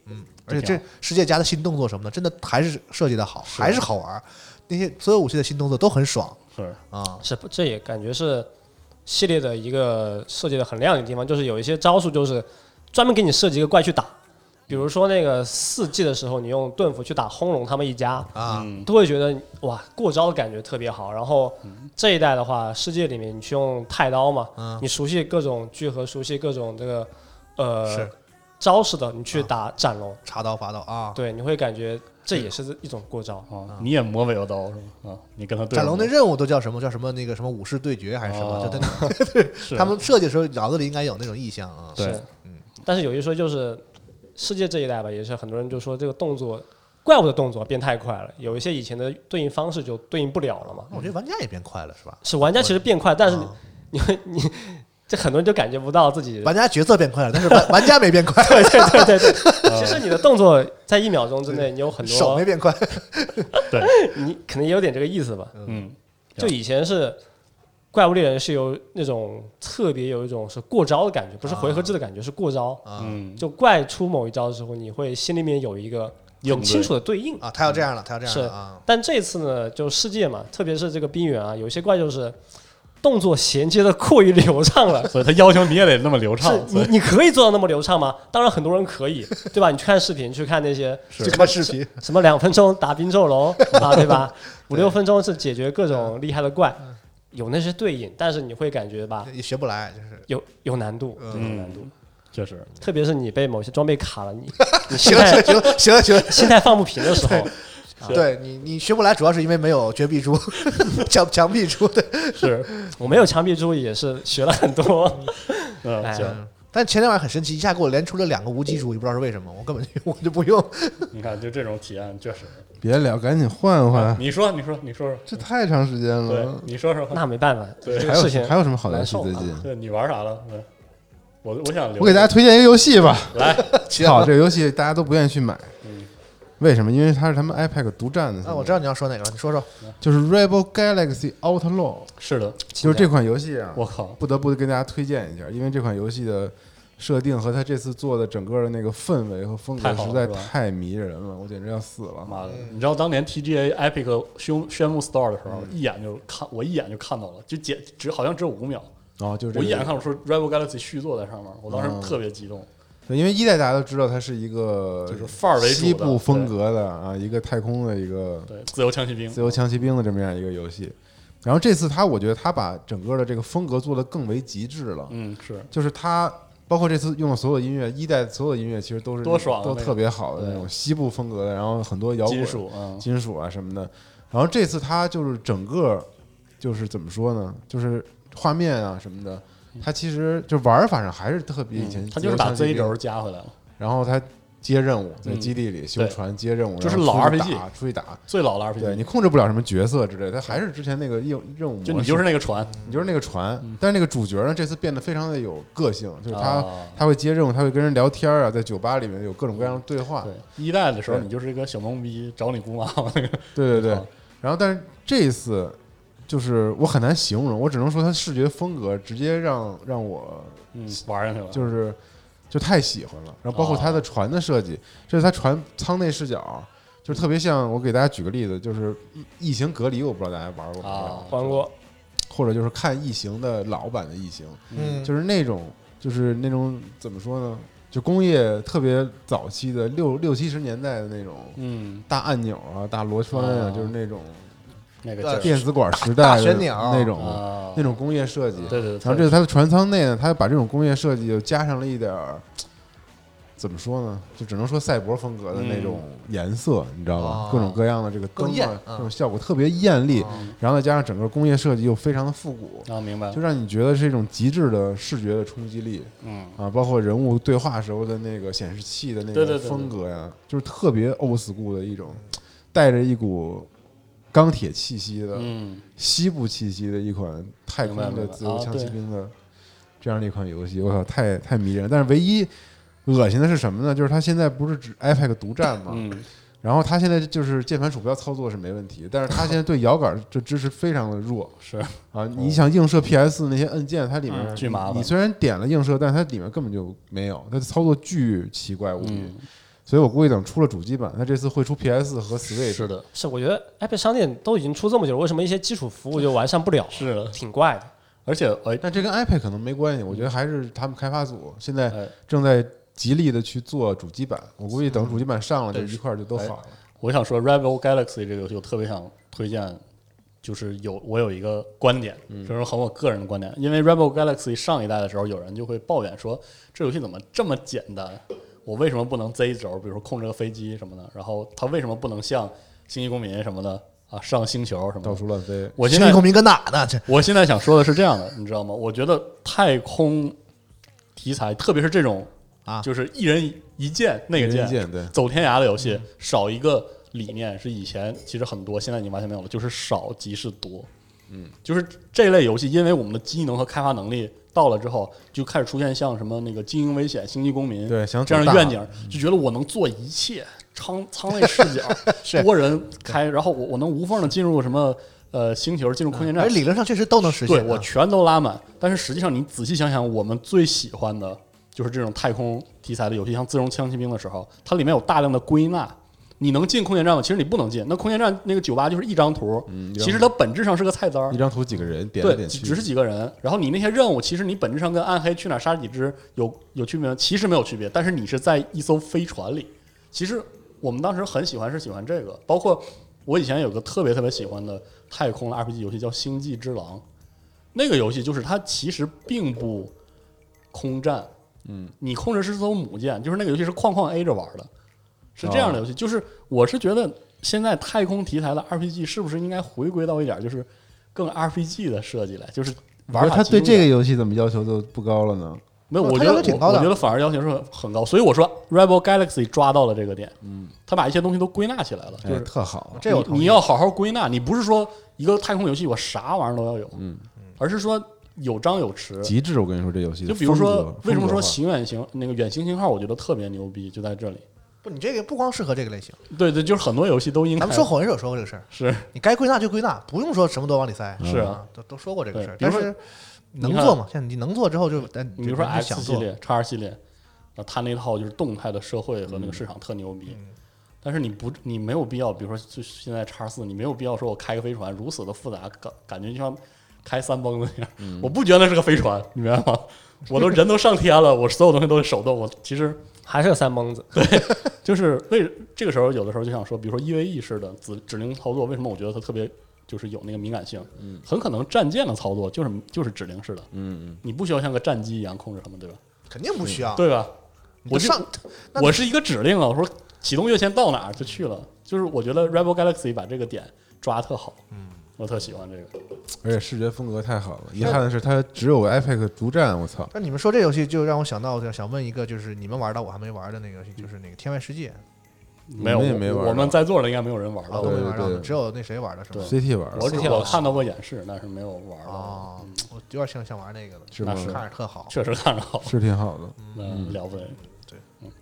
嗯，
而且
挺
这世界家的新动作什么的，真的还是设计的好，还是好玩儿。那些所有武器的新动作都很爽
是
啊，
是，这也感觉是系列的一个设计的很亮眼的地方，就是有一些招数就是专门给你设计一个怪去打，比如说那个四季的时候，你用盾斧去打轰龙他们一家，
啊，
嗯，
都会觉得哇过招的感觉特别好。然后这一代的话，世界里面你去用太刀嘛，
嗯
你熟悉各种聚合，熟悉各种这个呃
是
招式的，你去打斩龙，
插刀伐刀啊。
对，你会感觉这也是一种过招。
哦，你也磨尾有刀是吧？啊，你跟他对着
斩啊龙的
磨
任务都叫什么？叫什么那个什么武士对决还是什么？
哦
就他那
是
他们设计的时候脑子里应该有那种意向啊。
对
是，但是有一说就是世界这一代吧，也是很多人就说这个动作。怪物的动作变太快了，有一些以前的对应方式就对应不了了嘛。
那我觉得玩家也变快了是吧？
是玩家其实变快，但是
啊
你 <laughs> 会你这很多人就感觉不到自己
玩家角色变快了，但是玩玩家没变快，
对对对，其实你的动作在一秒钟之内，你有很
手
多
没，
<laughs>
变快。
你可能也有点这个意思吧。
嗯，
就以前是怪物猎人是有那种特别有一种是过招的感觉，不是回合制的感觉，是过招。
啊
嗯，
就怪出某一招的时候，你会心里面有一个
应
很
对
清楚的对应。
啊，他要这样了，他要这样
是
了啊，
但这次呢，就世界嘛，特别是这个冰原啊，有些怪就是动作衔接的过于流畅了。
所以他要求你也得那么流
是
畅，所
你
以
你可以做到那么流畅吗？当然，很多人可以，对吧？你去看视频，去看那些
就看视
<laughs>
频。
什么两分钟打冰咒龙啊，对吧？五六分钟是解决各种厉害的怪，有那些对应，但是你会感觉吧，
也学不来，就是
有有难度，有
嗯
难度。
确实
特别是你被某些装备卡了，你你心态
行 <laughs> 了行了行了，
心态放不平的时候，
对你你学不来，主要是因为没有绝壁珠， <laughs> 墙墙壁珠的。
是，
我没有枪毙猪也是学了很多， <laughs>
嗯，
哎
行，
但前天晚上很神奇，一下给我连出了两个无机珠，也不知道是为什么，我根本就 <laughs> 我就不用。啊
你看就这种体验确实，
别聊，赶紧换换，
啊你说你说你说
这太长时间
说，对
了，。
你说说，
那没办法，
对
这
还
个
有
事
什
情
么还有什么好游
难
戏
受
最近？
对，你玩啥了？对我我想留
我给大家推荐一个游戏吧，
<laughs> 来，
操，这个游戏大家都不愿意去买
嗯，
为什么？因为它是他们 iPad 独占的。
啊，我知道你要说哪个了，你说说。
就是 Rebel Galaxy Outlaw，
是的，
就是这款游戏啊，
哦我靠，
不得不跟大家推荐一下，因为这款游戏的设定和它这次做的整个的那个氛围和风格
太好了
实在
是吧
太迷人了，我简直要死了。
妈的！你知道当年 TGA
嗯
Epic 宣宣布 Store 的时候，一眼就看我一眼就看到了，就简只好像只有五秒，
哦，就是这
我
个
一眼看出 Rival Galaxy 续作在上面，我当
嗯
时特别激动。
对因为一代大家都知道它是一个
就是范儿为主的
西部风格的啊，一个太空的一个
对自由枪骑兵
自由枪骑兵的这么样一个游戏。然后这次他，我觉得他把整个的这个风格做得更为极致了。
嗯，是
就是他包括这次用的所有音乐，一代所有音乐其实都是
多爽啊
都
那个
特别好的那
对
种西部风格的，然后很多摇滚
金属嗯
金属啊什么的。然后这次他就是整个就是怎么说呢，就是画面啊什么的，它其实就玩法上还是特别以前
嗯
自
它
由枪骑兵、
就是把 Z 轴加回来了，
然后他接任务，在
嗯
基地里修
对
船接任务，
就是
然后
老
出去
RPG
打出去打，
最老的 RPG，
对你控制不了什么角色之类的，它还是之前那个任任务模式，
就你就是那嗯个船，
你就是那个船，但是那个主角呢，这次变得非常的有个性，就是他、
哦
他会接任务，他会跟人聊天啊，在酒吧里面有各种各样的对话，
对，一代的时候
嗯对
你就是一个小懵逼，找你姑妈 <laughs> 那个，
对对对。然后，但是这一次就是我很难形容，我只能说他视觉风格直接让让我
嗯，玩上去了，
就是是就太喜欢了。然后包括
哦
它的船的设计，这是它船舱内视角，就是特别像我给大家举个例子，就是嗯异形隔离，我不知道大家玩过没
啊
有，
还过
或者就是看异形的老版的异形，
嗯，
就是那种就是那种怎么说呢？就工业特别早期的六六七十年代的那种
嗯，
大按钮啊、大螺栓啊，
啊
就是那种
那个
对
劲
电子管时代
大
的
旋钮
那种
儿啊，
那种工业设计。
对对，对
然后这次它的船舱内呢，它把这种工业设计又加上了一点儿，怎么说呢？就只能说赛博风格的那种
嗯
颜色，你知道吧
啊
哦？
各种各样的这个灯
更艳
啊，
嗯
这种效果特别艳丽。然后再加上整个工业设计又非常的复古，
啊，明白了
就，让你觉得是一种极致的视觉的冲击力
嗯，
啊！包括人物对话时候的那个显示器的那
对对
个
对对
风格呀，就是特别 old school 的一种，带着一股钢铁气息的，
嗯，
西部气息的一款太空
明白
的
明白
自由
啊
枪
对
骑兵的这样的一款游戏，我操，太太迷人了。但是唯一恶心的是什么呢？就是它现在不是只 iPad 独占嘛，
嗯
然后它现在就是键盘鼠标操作是没问题，但是它现在对摇杆这支持非常的弱
是
啊。你想映射 PS 那些按键，它里面
嗯巨麻烦
你虽然点了映射，但它里面根本就没有，它的操作巨奇怪无比
嗯。
所以我估计等出了主机版，它这次会出 PS 和 Switch。
是的，
是，我觉得 App 商店都已经出这么久了，为什么一些基础服务就完善不了？
是的
挺怪的。
而且哎，
但这跟 iPad 可能没关系，我觉得还是他们开发组现在
嗯哎嗯
正在极力的去做主机版，我估计等主机版上了就一块儿就
哎
都好了。
我想说 Rival Galaxy 这个游戏，我特别想推荐，就是有我有一个观点，就是很我个人的观点，因为 Rival Galaxy 上一代的时候，有人就会抱怨说这游戏怎么这么简单，我为什么不能 Z 轴，比如说控制个飞机什么的，然后它为什么不能像星际公民什么的啊上星球什么的
到处乱飞，
我现
星际
在
公民跟哪呢？这
我现在想说的是这样的，你知道吗？我觉得太空题材，特别是这种
啊
就是一人一剑那个
一
剑，
人一剑对嗯
走天涯的游戏，少一个理念是以前其实很多，现在已经完全没有了，就是少即是多。嗯，就是这类游戏，因为我们的机能和开发能力到了之后，就开始出现像什么那个《精英危险》《星际公民》
对想
这样
走
的愿
大嗯
景，就觉得我能做一切，舱舱
<laughs>
内视角多人开，然后我我能无缝的进入什么呃星球，进入空间
啊
站
哎，，理论上确实都能实现
对
啊。
我全都拉满。但是实际上，你仔细想想，我们最喜欢的就是这种太空题材的游戏，像《自由枪骑兵》的时候，它里面有大量的归纳。你能进空间站吗？其实你不能进。那空间站那个酒吧就是一张图，
一张
其实它本质上是个菜单儿
一，张图几个人点来
对，
点
几
去，
只是几个人。然后你那些任务，其实你本质上跟暗黑去哪儿杀几只有有区别吗？其实没有区别，但是你是在一艘飞船里。其实我们当时很喜欢是喜欢这个，包括我以前有个特别特别喜欢的太空的 RPG 游戏叫《星际之狼》，那个游戏就是它其实并不空战，嗯，你控制是艘母舰，就是那个游戏是框框 A 着玩的，是这样的游戏。就是我是觉得现在太空题材的 RPG 是不是应该回归到一点就是更 RPG 的设计来，就是玩
不
法
是他对
集中一
这个
点
游戏怎么要求就不高了呢？
没有，
哦
我
它
觉
要
得
求
我
挺高的
我觉得反而要求是很高，所以我说 Rebel Galaxy 抓到了这个点，嗯，他把一些东西都归纳起来了，就
哎
是嗯
特好，
这我
你
同意
你要好好归纳，你不是说一个太空游戏我啥玩意儿都要有，嗯，而是说有张有弛。
极致！我跟你说，这游戏的
就比如
风
说
格，
为什么
风格
说
化
行远行那个远行星号，我觉得特别牛逼，就在这里。
不，你这个不光适合这个类型。
对对，就是很多游戏都应该
咱们说火影手说过这个事儿，
是
你该归纳就归纳，不用说什么都往里塞。
是
啊
啊，
都都说过这个事儿。
对
但
比如
是能
你看
做嘛？像你能做之后就，但
你比如说
人家
X
想
系
做，
列、叉系列，那它那套就是动态的社会和那个市场特牛逼。但是你不，你没有必要，比如说，就现在叉四，你没有必要说我开个飞船如此的复杂，感感觉就像开三蹦子那样，我不觉得那是个飞船，你明白吗？我都人都上天了，我所有东西都是手动，我其实
还是个三蹦子。
对，就是为这个时候有的时候就想说，比如说 EVE 式的指指令操作，为什么我觉得它特别就是有那个敏感性？嗯，很可能战舰的操作就是就是指令式的，
嗯
你不需要像个战机一样控制它们，对吧？
肯定不需要。
对吧？
啊你都
我就
上，那
我是一个指令啊，我说启动跃迁到哪儿就去了，就是我觉得 Rebel Galaxy 把这个点抓得特好，嗯，我特喜欢这个。
而且视觉风格太好了。遗憾的是，它只有 Epic 独占，我操！
那你们说这游戏就让我想到，我想问一个，就是你们玩到我还没玩的那个游戏，就是那个《天外世界》，
没有，
我们也没玩
我
到
我们在座的应该没有人玩
啊，
到
都
过。
没玩
对对
到，
对
只有那谁玩的是吧？
CT 玩
嗯我
了，
只
挺好
我看到过演示，但是没有玩到。
啊，我有点想想玩那个了，
是吗
那看着特好。
确实看着好，
是挺好的，
嗯，了不得。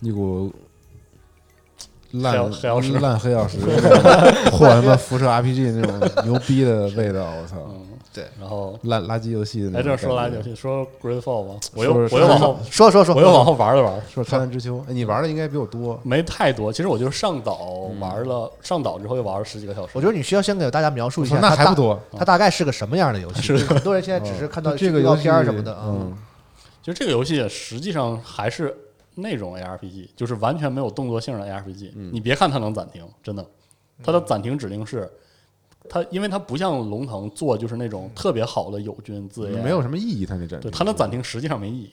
一股
黑
烂
曜黑曜石
烂黑
<laughs>
曜石， <laughs> 或他妈辐射 RPG 那种牛逼的味道，我操！
嗯，
对。
然后，
烂垃圾游戏的那
哎，这
种嗯感觉。
说来游戏，说 Gridfall 吧，我又
说说
我又往后，
说说说，
我又往后玩了玩，
说贪婪之秋，哎，你玩的应该比我多。
没太多。其实我就是上岛
嗯
玩了，上岛之后又玩了十几个小时。
我觉得你需要先给大家描述一下，
我说那
它
还不
大
多哦
它大概是个什么样的游戏？就是很多人现在只是看到
这个
预告
游戏
片儿什么的，
嗯，
就这个游戏实际上还是那种 ARPG，就是完全没有动作性的 ARPG。你
嗯
别看它能暂停，真的，它的暂停指令是它，因为它不像龙腾做就是那种特别好的友军自卫，
嗯没有什嗯么意义，它那战
对
争。
它那暂停实际上没意义。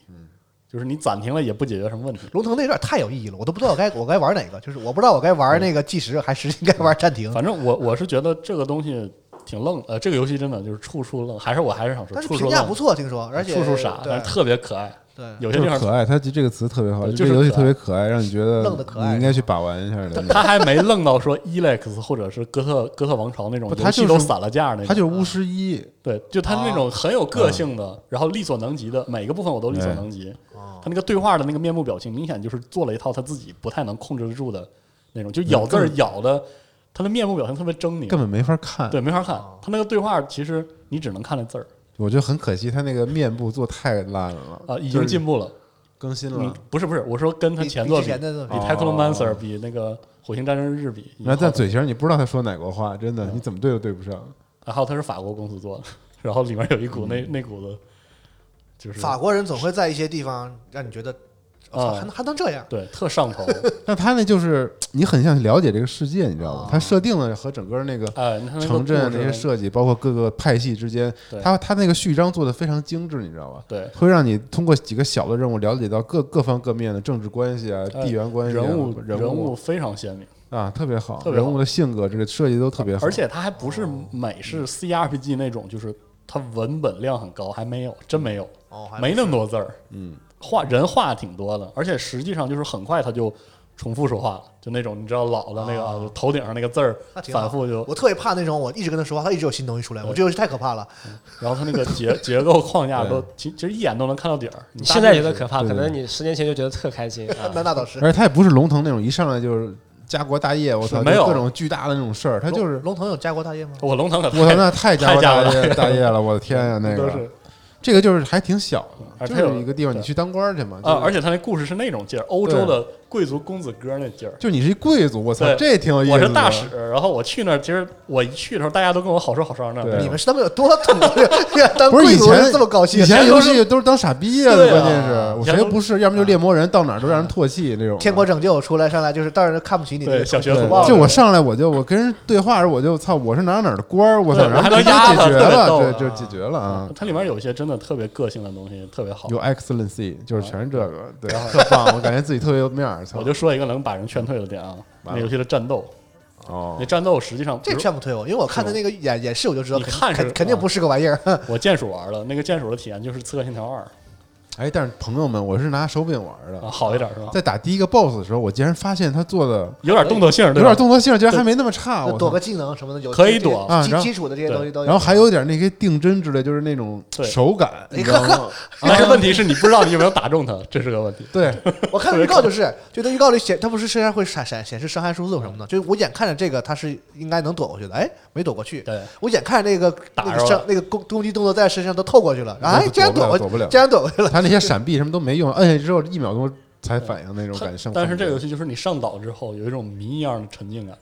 就是你暂停了也不解决什么问题。
龙腾那有点太有意义了，我都不知道我该我该玩哪个，就是我不知道我该玩那个计时还是应该玩暂停。
反正我我是觉得这个东西挺愣，呃，这个游戏真的就是处处愣，还是我还是想说
但是
处
评
处
价不
愣，
错，听说，而且
处处傻，
对
但是特别可爱。
对，
有些地
就
方
是可爱，它就这个词特别好，
对就
就这
是
游戏
可爱
特别可爱，让你觉得
愣得可爱
你应该去把玩一下
他
的。
他还没愣到说 Elex 或者是哥特哥特王朝那种
不他
游戏
就是
都散了架那种，嗯
它就是嗯巫师一，
对，就他那种很有个性的，然后力所能及的每个部分我都力所能及。
哦
他那个对话的那个面部表情，明显就是做了一套他自己不太能控制得住的那种，就
嗯
咬字儿咬的，他的面部表情特别狰狞，
根本没法看。
对没法看。
哦
他那个对话其实你只能看那字儿
我觉得很可惜，它那个面部做太烂了
啊，已经进步了。
更新
嗯
了。，
不是不是，我说跟他
比
前
比
作
之前的作
比
品
t e c h n o m a n c e r 比那个《火星战争日》比，
然后但嘴型你不知道他说哪国话，真
嗯
的你怎么对都对不上。
然后它是法国公司做的，然后里面有一股那那股子，就是
法国人总会在一些地方让你觉得，我操
啊
还能还能这样，
对特上 <laughs> 头，
但他那就是你很像了解这个世界，你知道吗
哦？
他设定了和整个那个
哎，那它那个
城镇
故
那
事
些设计，包括各个派系之间
对，
他他那个序章做的非常精致，你知道吧？
对
会让你通过几个小的任务了解到各各方各面的政治关系啊、
哎
地缘关系啊、
人物
人
物非常鲜明，
啊，特别好，
特别好
人物的性格这个设计都特别好，
而且它还不是美式 CRPG 那种，就是它文本量很高，还没有，真没有，
哦，还
没那么多字儿，嗯，话人话挺多的，而且实际上就是很快它就。重复说话了，就那种你知道老的那个、啊头顶上那个字儿
那挺好
反复就
我特别怕那种我一直跟他说话，他一直有新东西出来，我这游戏太可怕了。
然后它那个
<laughs>
结结构框架都，其其实一眼都能看到底儿。你
你
大
现在
概
觉得可怕，
对
可
对
能你十年前就觉得特开心啊。
<laughs> 那那倒是，
而且他也不是龙腾那种一上来就是家国大业，我操，
是没有
就各种巨大的那种事儿，他就是
龙腾有家国大业吗？
我龙腾可 <laughs>
我操，那太家国大
太家国大业
业
了
大业了，我的天呀，那
都
个
是
这个就是还挺小的，
而
就
且有
是一个地方你
对
去当官儿去嘛，
啊，而
且
且他那故事是那种劲儿，欧洲的贵族公子哥那劲儿。
就你是一贵族，我操，
对
这挺有意思
我
的。
是大使，然后我去那儿，其实我一去的时候，大家都跟我好说好说呢。
对
你们是他们有多土？ <laughs> 当
不是
贵
以
族
前
人这么高兴？
以前游戏都是当傻逼呀、
对啊
关键是我
以前
谁
都啊
都不是，要么就猎魔人，到哪儿都让人唾弃那种。
天国拯救出来上来就是当然看不起你，
对，小学
对
粗暴。
就我上来我就我跟人对话时候我就操我是哪儿哪儿的官儿，我操，
对我
然后
还能
直接
压
解
他
决
特别
了，
逗
对，
啊
就解决了啊。
它里面有一些真的特别个性的东西，特别好。
有 excellency，就是全是这个，对，特棒，我感觉自己特别有面儿。操
啊我就说一个能把人劝退的点啊，
完了
那游戏的战斗，
哦
那，战斗实际上
这
比如
劝不退我，因为我看他那个演演示我就知道
你
肯，
看是
肯肯定不是个玩意儿。
我键鼠玩了，那个键鼠的体验就是《刺客信条二
哎，但是朋友们，我是拿手柄玩》
啊，
的，
好一点是吧？
在打第一个 boss 的时候，我竟然发现他做的
有点动作性，
有
对吧
点动作性，居然还没那么差，啊我
就
操
躲个技能什么的有
可以
这些
躲
啊
基
然后
基础的这些东西都有。
然后还有点那些定帧之类，就是那种
对
手感，
哎
你知道
<laughs>
吗？
但是问题是你不知道你有没有打中它，这是个问题。
对，
我看预告就是，就那预告里显，它不是身上会闪闪显示伤害数字什么的，就是我眼看着这个它是应该能躲过去的，哎，没躲过去。
对，
我眼看着那个
打
那个
着
伤
了
那个攻攻击动作在身上都透过去了，然后哎，
躲
竟然
躲不
过，
了躲不了
竟然躲过去了。
他那些闪避什么都没用，摁下去之后一秒钟才反应那种感觉。
但是这个游戏就是你上岛之后有一种谜一样的沉浸感，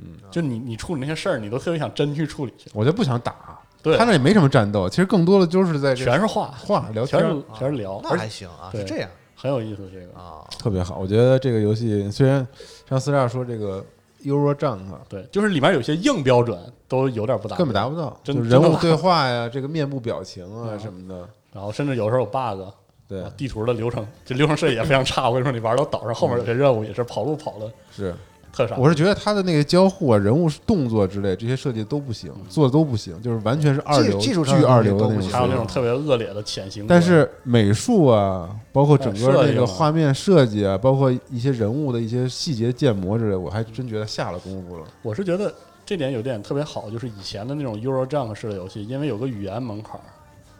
嗯，就你你处理那些事儿，你都特别想真去处理去。
我就不想打，
对
他那也没什么战斗，其实更多的就是在这
全是话
话聊天
全
儿，
是全是聊，
那
而
还行啊
对
是这样
很有意思这个
啊，
特别好。我觉得这个游戏虽然像四十二说这个 Euro Junk 啊
对，就是里面有些硬标准都有点不达
根本达不到，就
真
是
真
人
的
物
吗
对话呀，这个面部表情啊什么的，
然后甚至有时候有 bug，
对
啊，地图的流程，这流程设计也非常差。我跟你说，你玩到岛上后面有些任务也是跑路跑的
是。
特傻。
我是觉得他的那个交互啊、人物动作之类这些设计都不行，做的都不行，就是完全是二流、
技技术上
巨二流的
都不
种
行
还有那种
设计。
特别恶劣的潜行，
但是美术啊，包括整
哎
个
设
那
计
个
嘛
画面设计啊，包括一些人物的一些细节建模之类，我还真觉得下了功夫了。
我是觉得这点有点特别好，就是以前的那种 Euro Jump 式的游戏，因为有个语言门槛儿，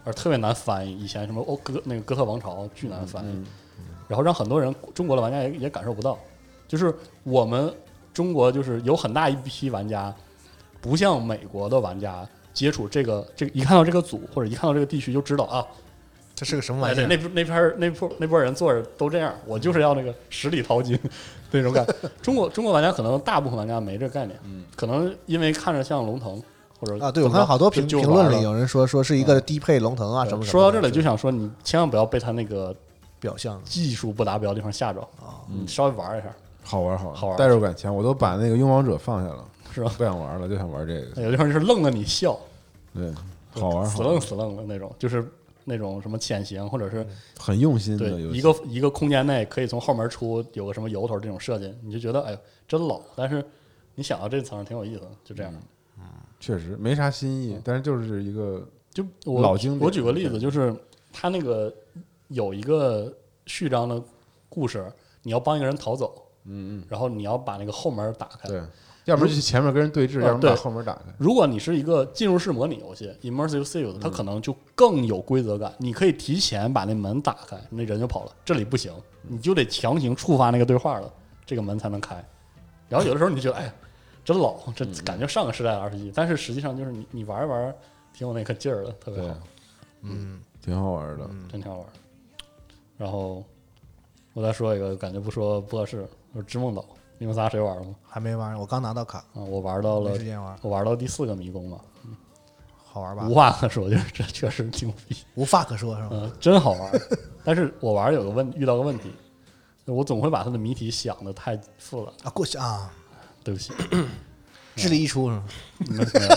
而特别难翻译。以前什么欧哥那个哥特王朝巨难翻译，然后让很多人中国的玩家也也感受不到。就是我们中国就是有很大一批玩家，不像美国的玩家接触这个这个，一看到这个组或者一看到这个地区就知道啊，
这是个什么
哎
玩意
对，
儿？
那那片儿那波那波人坐着都这样，我就是要那个十里淘金 <laughs> 那种感觉。中国中国玩家可能大部分玩家没这概念，可能因为看着像龙腾或者
啊，对我
怎么
看
着
好多
就
评
就
评论
玩
里
了嗯
有人说说是一个低配龙腾啊什么什么的。
说到这里就想说，你千万不要被他那个
表象
技术不达标的地方吓着
哦
啊，你稍微玩一下，
好玩，好玩，
好玩
代入感强。我都把那个《勇王者》放下了，
<laughs> 是吧
不想玩了，就想玩这个。
有地方就是愣的你笑，
对，好玩，
死
好
愣
玩，
死愣的那种，就是那种什么潜行或者
嗯
是
很用心
对
的游戏。
一个一个空间内可以从后门出，有个什么由头这种设计，你就觉得哎呦真老，但是你想到这层挺有意思的，就这
嗯
样。
确实没啥新
嗯
意，但是就是一个
就我
老经典
我举个例子，就是他那个有一个序章的故事，你要帮一个人逃走，嗯嗯，然后你要把那个后门打开。
对，要不然就前面跟人对峙，
哎啊
要不然
对
把后门打开。
如果你是一个进入式模拟游戏 （immersive
嗯
sim），它可能就更有规则感。你可以提前把那门打开，那人就跑了。这里不行，你就得强行触发那个对话了，这个门才能开。然后有的时候你就觉得，哎，真老，这感觉上个时代的
嗯
RPG，但是实际上就是你你玩一玩，挺有那个劲儿的，特别
对
好。，
啊
嗯，挺好玩的。
真挺好玩儿。然后我再说一个，感觉不说不合适，就是《织梦岛》，你们仨谁玩了吗？
还没玩，我刚拿到卡，
啊，我玩到了
没时，间玩，
我玩到第四个迷宫了，
好玩吧
无？话可说，就是这确实牛逼，
无话可说是吧？
<laughs> 嗯，真好玩儿。但是我玩儿有个问，遇到个问题，我总会把它的谜题想的太复杂，
啊，过去啊，
对不起， <laughs>
智力一出是吧？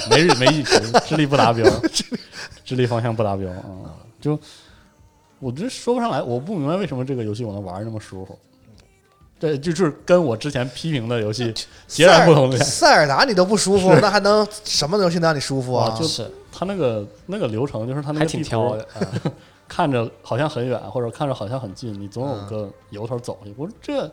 没没没意识，智力不达 <laughs> 标，智力方向不达标啊、嗯就我真说不上来，我不明白为什么这个游戏我能玩儿那么舒服。这就是跟我之前批评的游 <laughs> 戏截然不同的。
塞尔塞尔达你都不舒
<laughs>
服，那还能什么游戏能让你舒服啊？
就是它那个那个流程，就是它那
还
个
挺
地图 <laughs>
挑的，嗯
看着好像很远，或者看着好像很近，你总有
嗯
个由头走去。我说这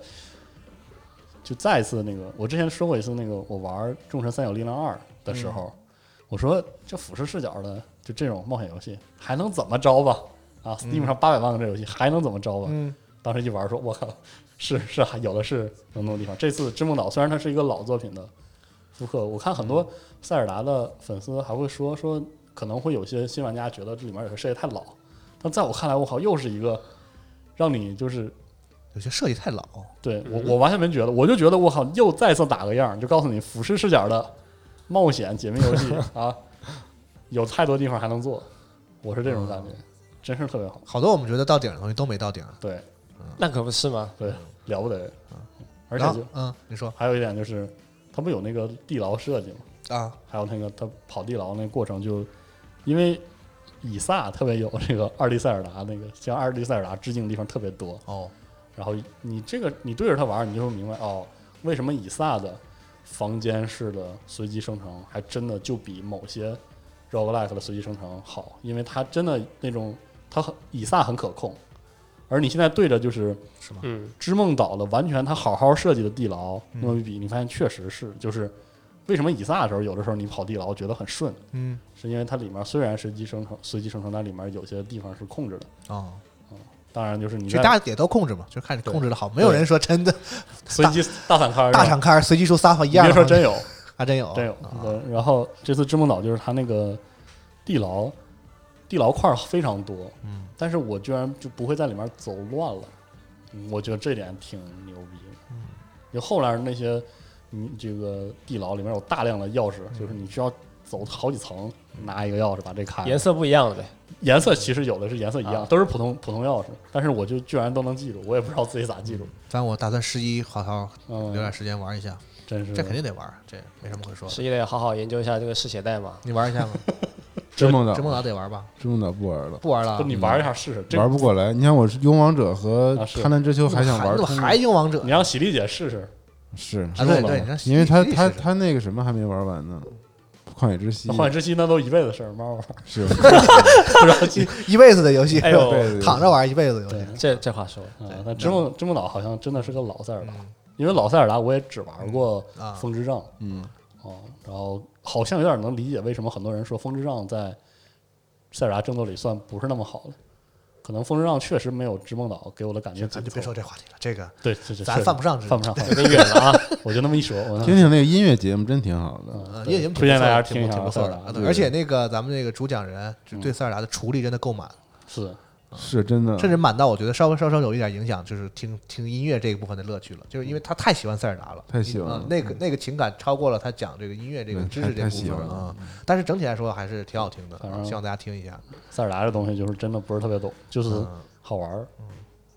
就再一次那个，我之前说过一次那个，我玩《众神三角力量二》的时候，
嗯
我说这俯视视角的就这种冒险游戏还能怎么着吧？啊，Steam
嗯
上八百万个这游戏还能怎么着吧？当时一玩说，我 <laughs> 靠，是是还有的是能弄的地方。这次《织梦岛》虽然它是一个老作品的复刻，我看很
嗯
多塞尔达的粉丝还会说说，可能会有些新玩家觉得这里面有些设计太老，但在我看来，我靠，又是一个让你就是
有些设计太老，
对
嗯
我我完全没觉得，我就觉得我靠，又再次打个样儿，就告诉你俯视视角的冒险解密游
<laughs>
戏啊，有太多地方还能做，我是这
嗯
种感觉，真是特别好，
好多我们觉得到顶的东西都没到顶。
对
那可不是吗？
对，了不得，而且
嗯然后
就
嗯，你说
还有一点就是，它不有那个地牢设计吗？
啊，
还有那个他跑地牢那个过程就，因为以撒特别有这个 <laughs> 二 D 塞尔达那个向二 D 塞尔达致敬的地方特别多，
哦，
然后你这个你对着它玩儿，你就会明白哦，为什么以撒的房间式的随机生成还真的就比某些 roguelike 的随机生成好，因为它真的那种它很以撒很可控，而你现在对着就是
嗯，
织梦岛的完全他好好设计的地牢，那么一比，你发现确实是，就是为什么以撒的时候，有的时候你跑地牢觉得很顺，
嗯，
是因为它里面虽然随机生成，随机生成，但里面有些地方是控制的。
哦，
当然就是你
其实
在
大家也都控制嘛，就看你控制的好，没有人说真的
随机大散开儿，
大
是吧
敞开随机说撒谎一
你
样
别
的，哦
说真有，
还真有，
真有嗯
啊。
对，然后这次织梦岛就是它那个地牢，地牢块儿非常多，嗯，但是我居然就不会在里面走乱了，嗯我觉得这点挺牛逼的。嗯，
嗯
就后来那些，你这个地牢里面有大量的钥匙，就是你需要走好几层，拿一个钥匙把这开了。
颜色不一样了呗。
颜色其实有的是颜色一样，
啊
都是普通普通钥匙，但是我就居然都能记住，我也不知道自己咋记住，
咱我打算十一好好
嗯
留点时间玩一下，
真是
这肯定得玩，这没什么可说的。
十一得好好研究一下这个嗜血带嘛。
你玩
<laughs>
一下吗？
真梦岛，
这梦岛得玩吧？
真梦岛不玩了，
不玩了
不，。你玩一下试试，
嗯
这
玩不过来。你看我是勇王者和
啊是
贪婪之丘
你怎么
还想玩
你
通
怎么还用王者
你？让喜力姐试试，
是
啊，对对，你看
因为他
你
他
试试
他那个什么还没玩完呢，旷野之息
那幻之息那都一辈子事儿，慢慢玩。
是
一一辈子的游戏，
哎呦
对对
<laughs>
对
躺着玩一辈子的游戏。
嗯
这这话说的，
啊，但芝
嗯
梦芝梦岛好像真的是个老塞尔达，因为老塞尔达我也只玩过
啊
风之杖，
嗯
哦，然后好像有点能理解为什么很多人说风之杖在塞尔达争斗里算不是那么好的，可能风之杖确实没有芝梦岛给我的感觉
咱
紧
就别
凑
说。这话题了，这个
对，这这
咱
确实
犯不上这
犯不上，有点远了啊！我就那么一说，我
听听那个音乐节目真挺好的，
呃，
对
也也挺不
推荐大家
错的
听一下
挺不错的
塞尔达
啊
对嗯
对而且那个咱们那个主讲人就对塞尔达的处理真的够满，
是
是真
嗯
的，
甚至满到我觉得稍微稍稍有一点影响，就是听听音乐这个部分的乐趣了，就是因为他太喜欢塞尔达了，
太喜欢了
嗯那个那个情感超过了他讲这个音乐这个
对
知识这部
太太喜
分
欢
了
了
啊。但是整体来说还是挺好听的
反，正
希望大家听一下。
塞尔达这东西，就是真的不是特别懂，就是
嗯
好玩儿。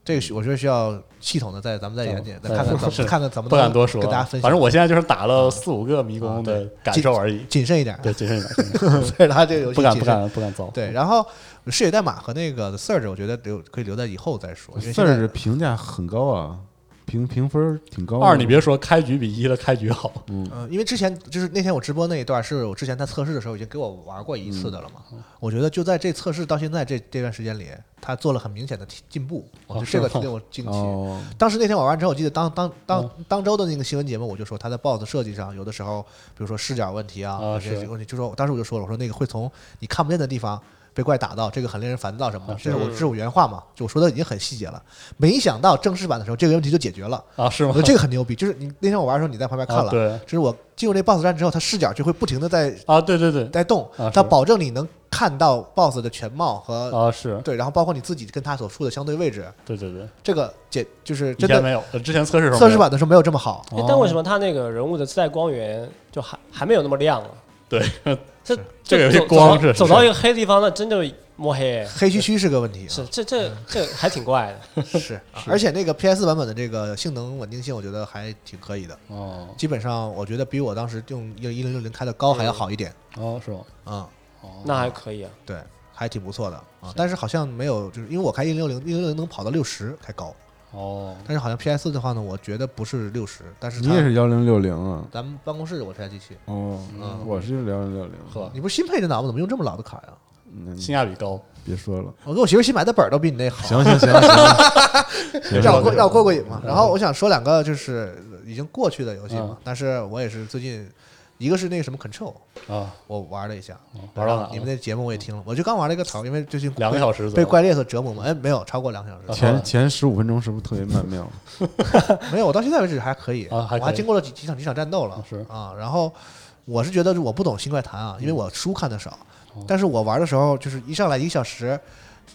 这个需我觉得需要系统的再咱们再
嗯
研究，再
对
看看
是
怎么看看怎么
不敢多说，啊
跟大家分享。嗯
反正我现在就是打了四五个
啊
迷宫的感受而已。
谨慎一点，
对，谨慎一点谨慎一点，
<laughs> 塞尔达这个
<laughs>
游戏
不敢
谨
不
慎。
敢不敢造。
对，然后视野代码和那个 Surge，我觉得留可以留在以后再说。因为现
四
在
儿评价很高啊，评评分挺高的。
二你别说，开局比一的开局好。
嗯，因为之前就是那天我直播那一段，是我之前他测试的时候已经给我玩过一次的了嘛。我觉得就在这测试到现在这这段时间里，他做了很明显的提进步，我觉得
是
这个
吗
令我惊奇。
哦，
当时那天玩完之后，我记得当当当当周的那个新闻节目，我就说他在 BOSS 设计上，有的时候比如说视角问题啊，
啊
有些
是
问题，就说当时我就说了，我说那个会从你看不见的地方被怪打到，这个很令人烦躁什么的，这是我这是我原话嘛，就我说的已经很细节了。没想到正式版的时候，这个问题就解决了。
啊，是
我
吗
觉得？这个很牛逼，就是你那天我玩的时候，你在旁边看了，
啊对
就是我进入这 BOSS 战之后，它视角就会不停的在
啊，对对对，
在动
啊，
它
是
保证你能看到 BOSS 的全貌和
啊是，
对，然后包括你自己跟它所处的相对位置，
对对对，
这个解就是
以
真
前
的
没有，呃之前测试的时候没有哦
测试版的时候没有这么好。
哎但为什么他那个人物的自带光源就还还没有那么亮啊？
对， <laughs>
这
这个有些
走
光
走到
是
走
是
到一个黑地方，那真就摸黑。
黑黢黢是个问题啊，
是这这
嗯
这还挺怪的，
是啊而且那个 PS 版本的这个性能稳定性，我觉得还挺可以的，
哦
基本上我觉得比我当时用用一零六零开的高还要好一点，
哦是吗？
嗯，
哦
那还可以
<laughs>
啊。
对，还挺不错的啊。但是好像没有，就是因为我开一零六零，一零六零能跑到六十还高，
哦
但是好像 PS 的话呢，我觉得不是六十，但是
你
它
也是幺零六零啊？
咱们办公室我这台机器，
哦，
嗯
我是幺零六零。
呵，
你不是新配的脑吗？怎么用这么老的卡呀？
嗯，
性价比高，
别说了，
我给我媳妇新买的本儿都比你那好，
行行行行，行
让我过让我过过瘾嘛。然后我想说两个就是已经过去的游戏嘛
嗯，
但是我也是最近，一个是那个什么 Control，
啊，
我玩了一下，
嗯玩到哪
你
了
们？那节目我也听了，我就刚玩了一个头儿，因为最近
两个小时左右啊
被怪猎所折磨嘛，哎，没有超过两个小时，
前前十五分钟是不是特别曼妙？
<laughs> 没有，我到现在为止还可以，
啊还可以
我还经过了几几场几场战斗了，
是
啊，然后我是觉得我不懂新怪谈啊，因为我书看的少，但是我玩的时候就是一上来一个小时，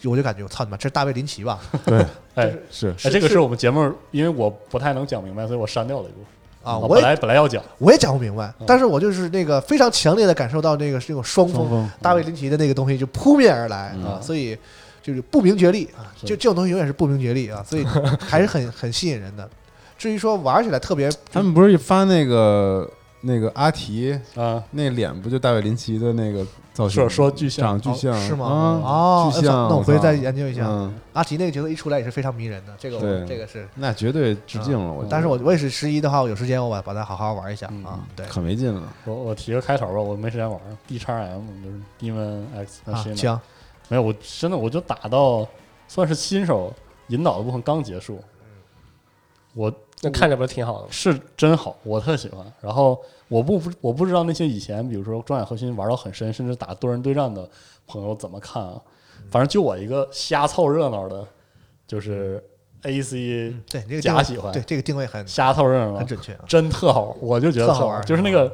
我就感觉我操你妈，这是大卫林奇吧？
对，
哎，
是
哎，这个是我们节目，因为我不太能讲明白，所以我删掉了一部分
啊，我
本
也
来本来要讲，
我也讲不明白，但是我就是那个非常强烈的感受到那个这种双
双
峰
峰，
大卫林奇的那个东西就扑面而来啊，所以就是不明觉厉啊，就这种东西永远是不明觉厉啊，所以还是很很吸引人的。至于说玩起来特别，
他们不是发那个那个阿提
啊，
那脸不就大卫林奇的那个造型
说
吗？
说巨像
长巨像、
是吗？
啊
哦，
巨像。
那我回去
操
再研究一下。
嗯，
阿提那个角色一出来也是非常迷人的，这个我
对
这个是，
那绝对致敬了，我觉得。
但是我我也是十一的话，我有时间我把把它好好玩一
嗯
下啊，对。
可没劲了，
我我提个开头吧，我没时间玩儿 D x M 就是 Demon X
啊，
Machina
行，
没有，我真的我就打到算是新手引导的部分刚结束，我
那看着不是挺好的吗？
是真好，我特喜欢。然后我不不我不知道那些以前比如说《装甲核心》玩到很深，甚至打多人对战的朋友怎么看啊？反正就我一个瞎凑热闹的，就是 A C
对你这个定
假
位
喜欢
对这个定位很
瞎凑热闹，
嗯很准确啊。
真特好玩，我就觉得特
特好
好
玩
玩，就是那个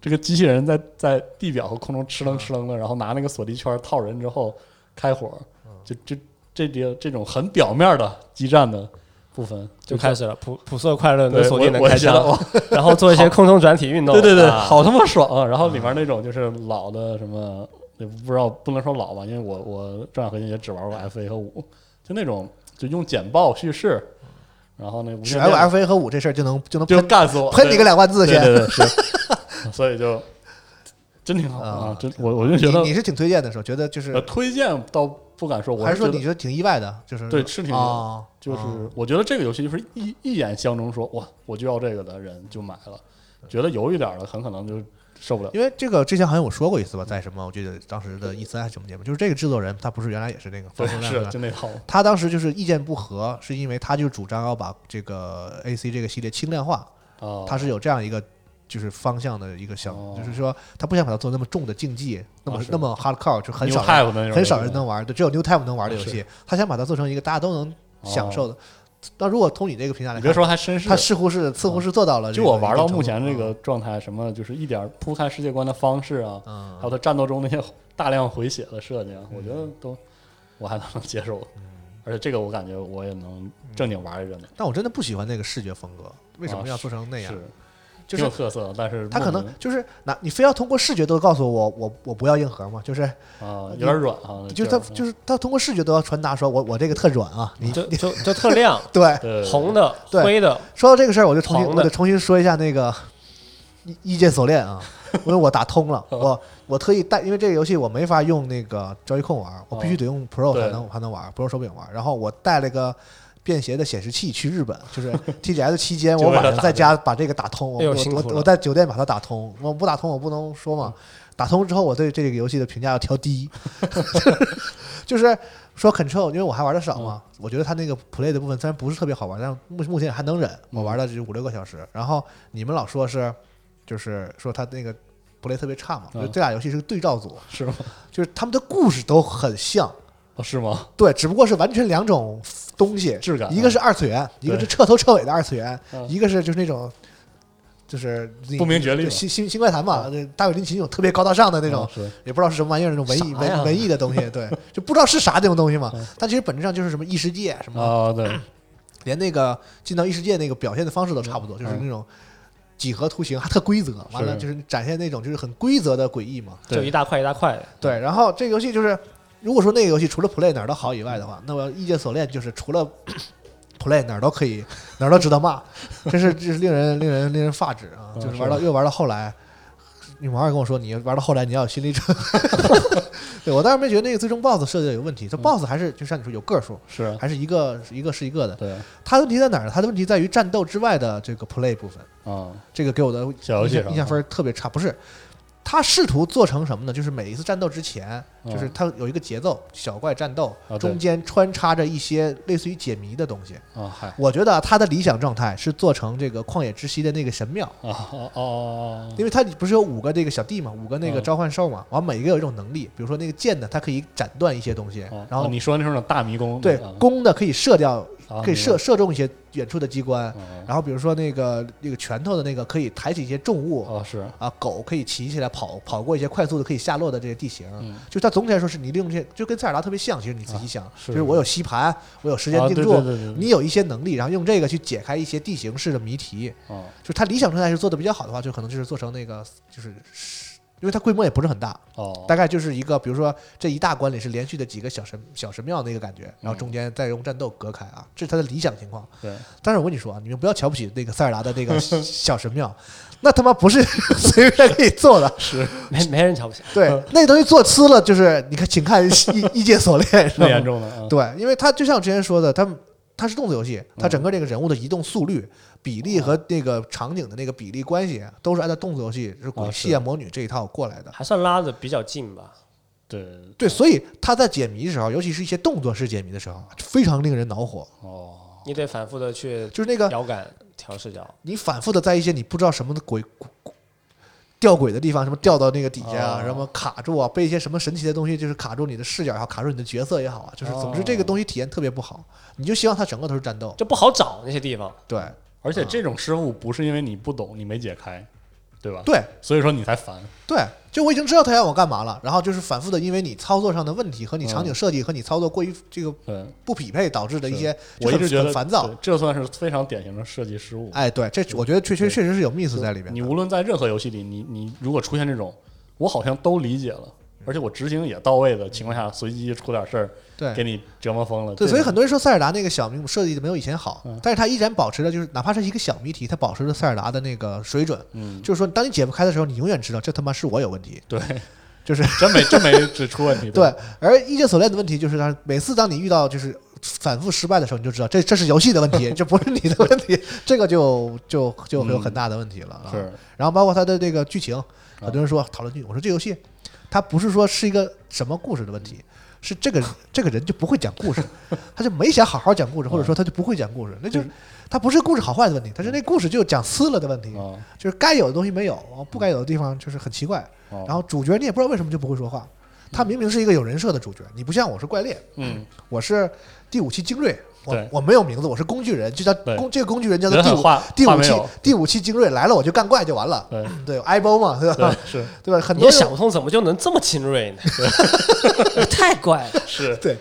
这个机器人在在地表和空中哧楞哧楞的，然后拿那个锁地圈套
嗯
人之后开火，就这这这这种很表面的激战的不分
就开始了普普色快乐能
对
锁
我
定能
我
开
知道
枪， <laughs> 然后做一些空中转体运动，
对对对，
啊
好他妈爽啊！然后里面那种就是老的什么，也不知道不能说老吧，因为我我转核心也只玩过 F A 和五，就那种就用简报叙事，然后那无
只
线
要有
电
F A 和五这事儿就能就能
就
喷
干死我，
喷你个两万 <laughs> 字
对
先。
对对，是， <laughs> 所以就真挺好
啊
啊，真我我就觉
你你
得
是挺推荐的，是吧？觉得就是
呃推荐倒不敢说，我
还是说
觉得
你觉得挺意外的，就是
对是挺意外
啊，
就是
啊
我觉得这个游戏就是一一眼相中说哇我就要这个的人就买了，觉得犹豫点儿的很可能就受
<laughs>
不了。
因为这个之前好像我说过一次吧，在什么我记得当时的 E 三什么节目，就是这个制作人他不是原来也是那个
对
方，风
是就那套，
他当时就是意见不合，是因为他就主张要把这个 A C 这个系列轻量化，
啊，
他是有这样一个就是方向的一个想，
哦
就是说他不想把它做那么重的竞技，那么、
啊是
那么 hardcore，就很少
New Type 那种
很少
游
人
戏
能玩，对，只有 New Type 能玩的游
哦是哦
戏，他想把它做成一个大家都能享受的。那如果从你这个评价来
你
看，
别说还绅士，
他似乎是似乎是做到了这
就
个、
我玩到目
一定
前这
程度
个状态，什么就是一点儿铺开世界观的方式啊，
嗯
还有他战斗中那些大量回血的设计啊，我觉得都我还能接受，
嗯
而且这个我感觉我也能正经玩一阵子，
但我真的不喜欢那个视觉风格，为什么要做成那样？
哦是
嗯就
挺
是
有特色的，但是
他可
莫
能
名
就是拿你非要通过视觉都告诉我，我我不要硬核嘛，就是
啊有点软啊，
就是他就是他通过视觉都要传达说我我这个特软啊，
<laughs>
你
就就就特亮，
对。
对
红的、
对
灰的，
说到这个事儿，我就重新
黄的
我得重新说一下那个一《一剑
<laughs>
锁链》啊，因为我打通了，我我特意带，因为这个游戏我没法用那个 Joy-Con 玩，我必须得用 Pro
对
才能才能玩，Pro 手柄玩。然后我带了个便携的显示器去日本，就是 TGS 期间，
<laughs> 就
我
为了
晚上
打
在家把这个打通，我
哎呦
我
辛苦
我
了嗯
我在酒店把它打通，我不打通我不能说嘛。打通之后，我对这个游戏的评价要调低， <laughs> 就是说 Control，因为我还玩的少嘛，
嗯
我觉得它那个 Play 的部分虽然不是特别好玩，但是目目前还能忍，我玩了只是五六个小时。然后你们老说是，就是说它那个 Play 特别差嘛，
嗯
就这俩游戏是个对照组，
是吗？
就是他们的故事都很像，
哦是吗？
对，只不过是完全两种东西，
质感
一个是二次元，一个是彻头彻尾的二次元，
嗯
一个是就是那种。就是你
不明觉厉
就
嘛
新新新怪谈嘛，那大卫林奇那种特别高大上的那种
啊，是
也不知道是什么玩意儿，那种文艺
啥呀
文文艺的东西，对，就不知道是啥这种东西嘛。
嗯
但其实本质上就是什么异世界什么，
啊对，
连那个进到异世界那个表现的方式都差不多，就是那种几何图形，还特规则，完了
嗯是
就是展现那种就是很规则的诡异嘛。
就一大块一
<laughs>
大块的，
对，然后这个游戏就是，如果说那个游戏除了 Play 哪儿都好以外的话，那么《异界锁链》就是除了 <coughs> Play 哪儿都可以，哪儿都值得骂， <laughs> 这是这是令人令人令人发指啊！就是玩到又玩到后来，女王二跟我说，你玩到后来你要有心理准备。 <laughs> 对我当时没觉得那个最终 BOSS 设计的有问题，这 BOSS 还是就像你说有个数，
是啊
还是一个一个是一个的。
对
它的问题在哪儿呢？它的问题在于战斗之外的这个 Play 部分。
啊
这个给我的
小游戏啊上
印象印象分儿特别差。不是，他试图做成什么呢？就是每一次战斗之前，
嗯
就是他有一个节奏，小怪战斗
啊对
中间穿插着一些类似于解谜的东西。
啊嗨啊
我觉得他的理想状态是做成这个旷野之息的那个神庙，
哦哦哦
因为它不是有五个这个小弟嘛，五个那个
嗯
召唤兽嘛，完每一个有一种能力，比如说那个剑的，它可以斩断一些东西
哦，，
然后
哦你说那种大迷宫
对
啊
弓的可以射掉，
啊
可以
明
射
白
射中一些远处的机关，
哦
然后比如说那个那个拳头的那个可以抬起一些重物，
哦是
啊，狗可以骑起来跑跑过一些快速的可以下落的这些地形，
嗯啊
就它总体来说是你利用这些，就跟塞尔达特别像。其实你仔细想，
是
就是我有吸盘，我有时间
啊
定
对
住，
对对对对
你有一些能力，然后用这个去解开一些地形式的谜题。
啊
就是它理想状态是做的比较好的话，就可能就是做成那个就是。因为它规模也不是很大，
哦
大概就是一个，比如说这一大关里是连续的几个小神小神庙那个感觉，然后中间再用战斗隔开啊，这是它的理想情况。
对
但是我跟你说啊，你们不要瞧不起那个塞尔达的那个小神庙，那他妈不是随便可以做的。
没没人瞧不起。
对，那东西做吃了，就是你看，请 <laughs> 看《异异界锁链》，是
最
吧
严。重的啊
对，因为它就像之前说的，它它是动作游戏，它整个这个人物的移动速率、比例和那个场景的那个比例关系，都是按照动作游戏，就是鬼泣啊、魔女这一套过来的。
还算拉的比较近吧，
对
对，所以他在解谜的时候，尤其是一些动作式解谜的时候，非常令人恼火。啊
哦
你得反复的去
就是那个
摇杆调视角，
你反复的在一些你不知道什么的鬼鬼吊轨的地方，什么掉到那个底下啊，
哦
什么卡住啊，被一些什么神奇的东西就是卡住你的视角也好，卡住你的角色也好啊，就是总之这
哦
个东西体验特别不好。你就希望它整个都是战斗，
就不好找那些地方。
对
而且这种失误不是因为你不懂，你没解开，对吧？
对，
所以说你才烦。
对，就我已经知道他要我干嘛了，然后就是反复的因为你操作上的问题和你场景设计和你操作过于这个
嗯对，
不匹配导致的一些，就
我一
很
直觉得
很烦躁
对。这算是非常典型的设计失误。
哎，对，这我觉得确确确实是有 miss 在里面
你
的。
无论在任何游戏里，你你如果出现这种，我好像都理解了，而且我执行也到位的情况下，随机出点事儿，
对
给你折磨疯了。
对，嗯
这
所以
种
很多人说塞尔达那个小名设计的没有以前好，但是它依然保持着就是哪怕是一个小谜题，它保持着塞尔达的那个水准。
嗯，
就是说，当你解不开的时候，你永远知道这他妈是我有问题。
对，
就是
真没真没只出问题。
<laughs> 对，而异界锁链的问题就是，它每次当你遇到就是反复失败的时候，你就知道这这是游戏的问
<laughs>
题，这不是你的问题，这个就就就有很大的问题了。啊
嗯是，啊
然后包括它的这个剧情，很多人说讨论剧，我说这游戏它不是说是一个什么故事的问题。是这个这个人就不会讲故事， <laughs> 他就没想好好讲故事，或者
啊
说他就不会讲故事，那就他不是故事好坏的问题，他是那故事就讲撕了的问题，
啊，
就是该有的东西没有，不该有的地方就是很奇怪。
然
然后主角你也不知道为什么就不会说话，他明明是一个有人设的主角，你不像我是怪猎， <laughs>
嗯，
我是第五期精锐，我
对
我没有名字，我是工具人，就叫
对
工这个工具人叫做
人
第
很
五
话
第
话
五
没
期
有，
第五期精锐来了我就干怪就完了，
对
对挨包嘛，对吧？
对是
<laughs> 对吧？很
你
多
也
人
想不通怎么就能这么精锐呢？
太怪了。
是，
对，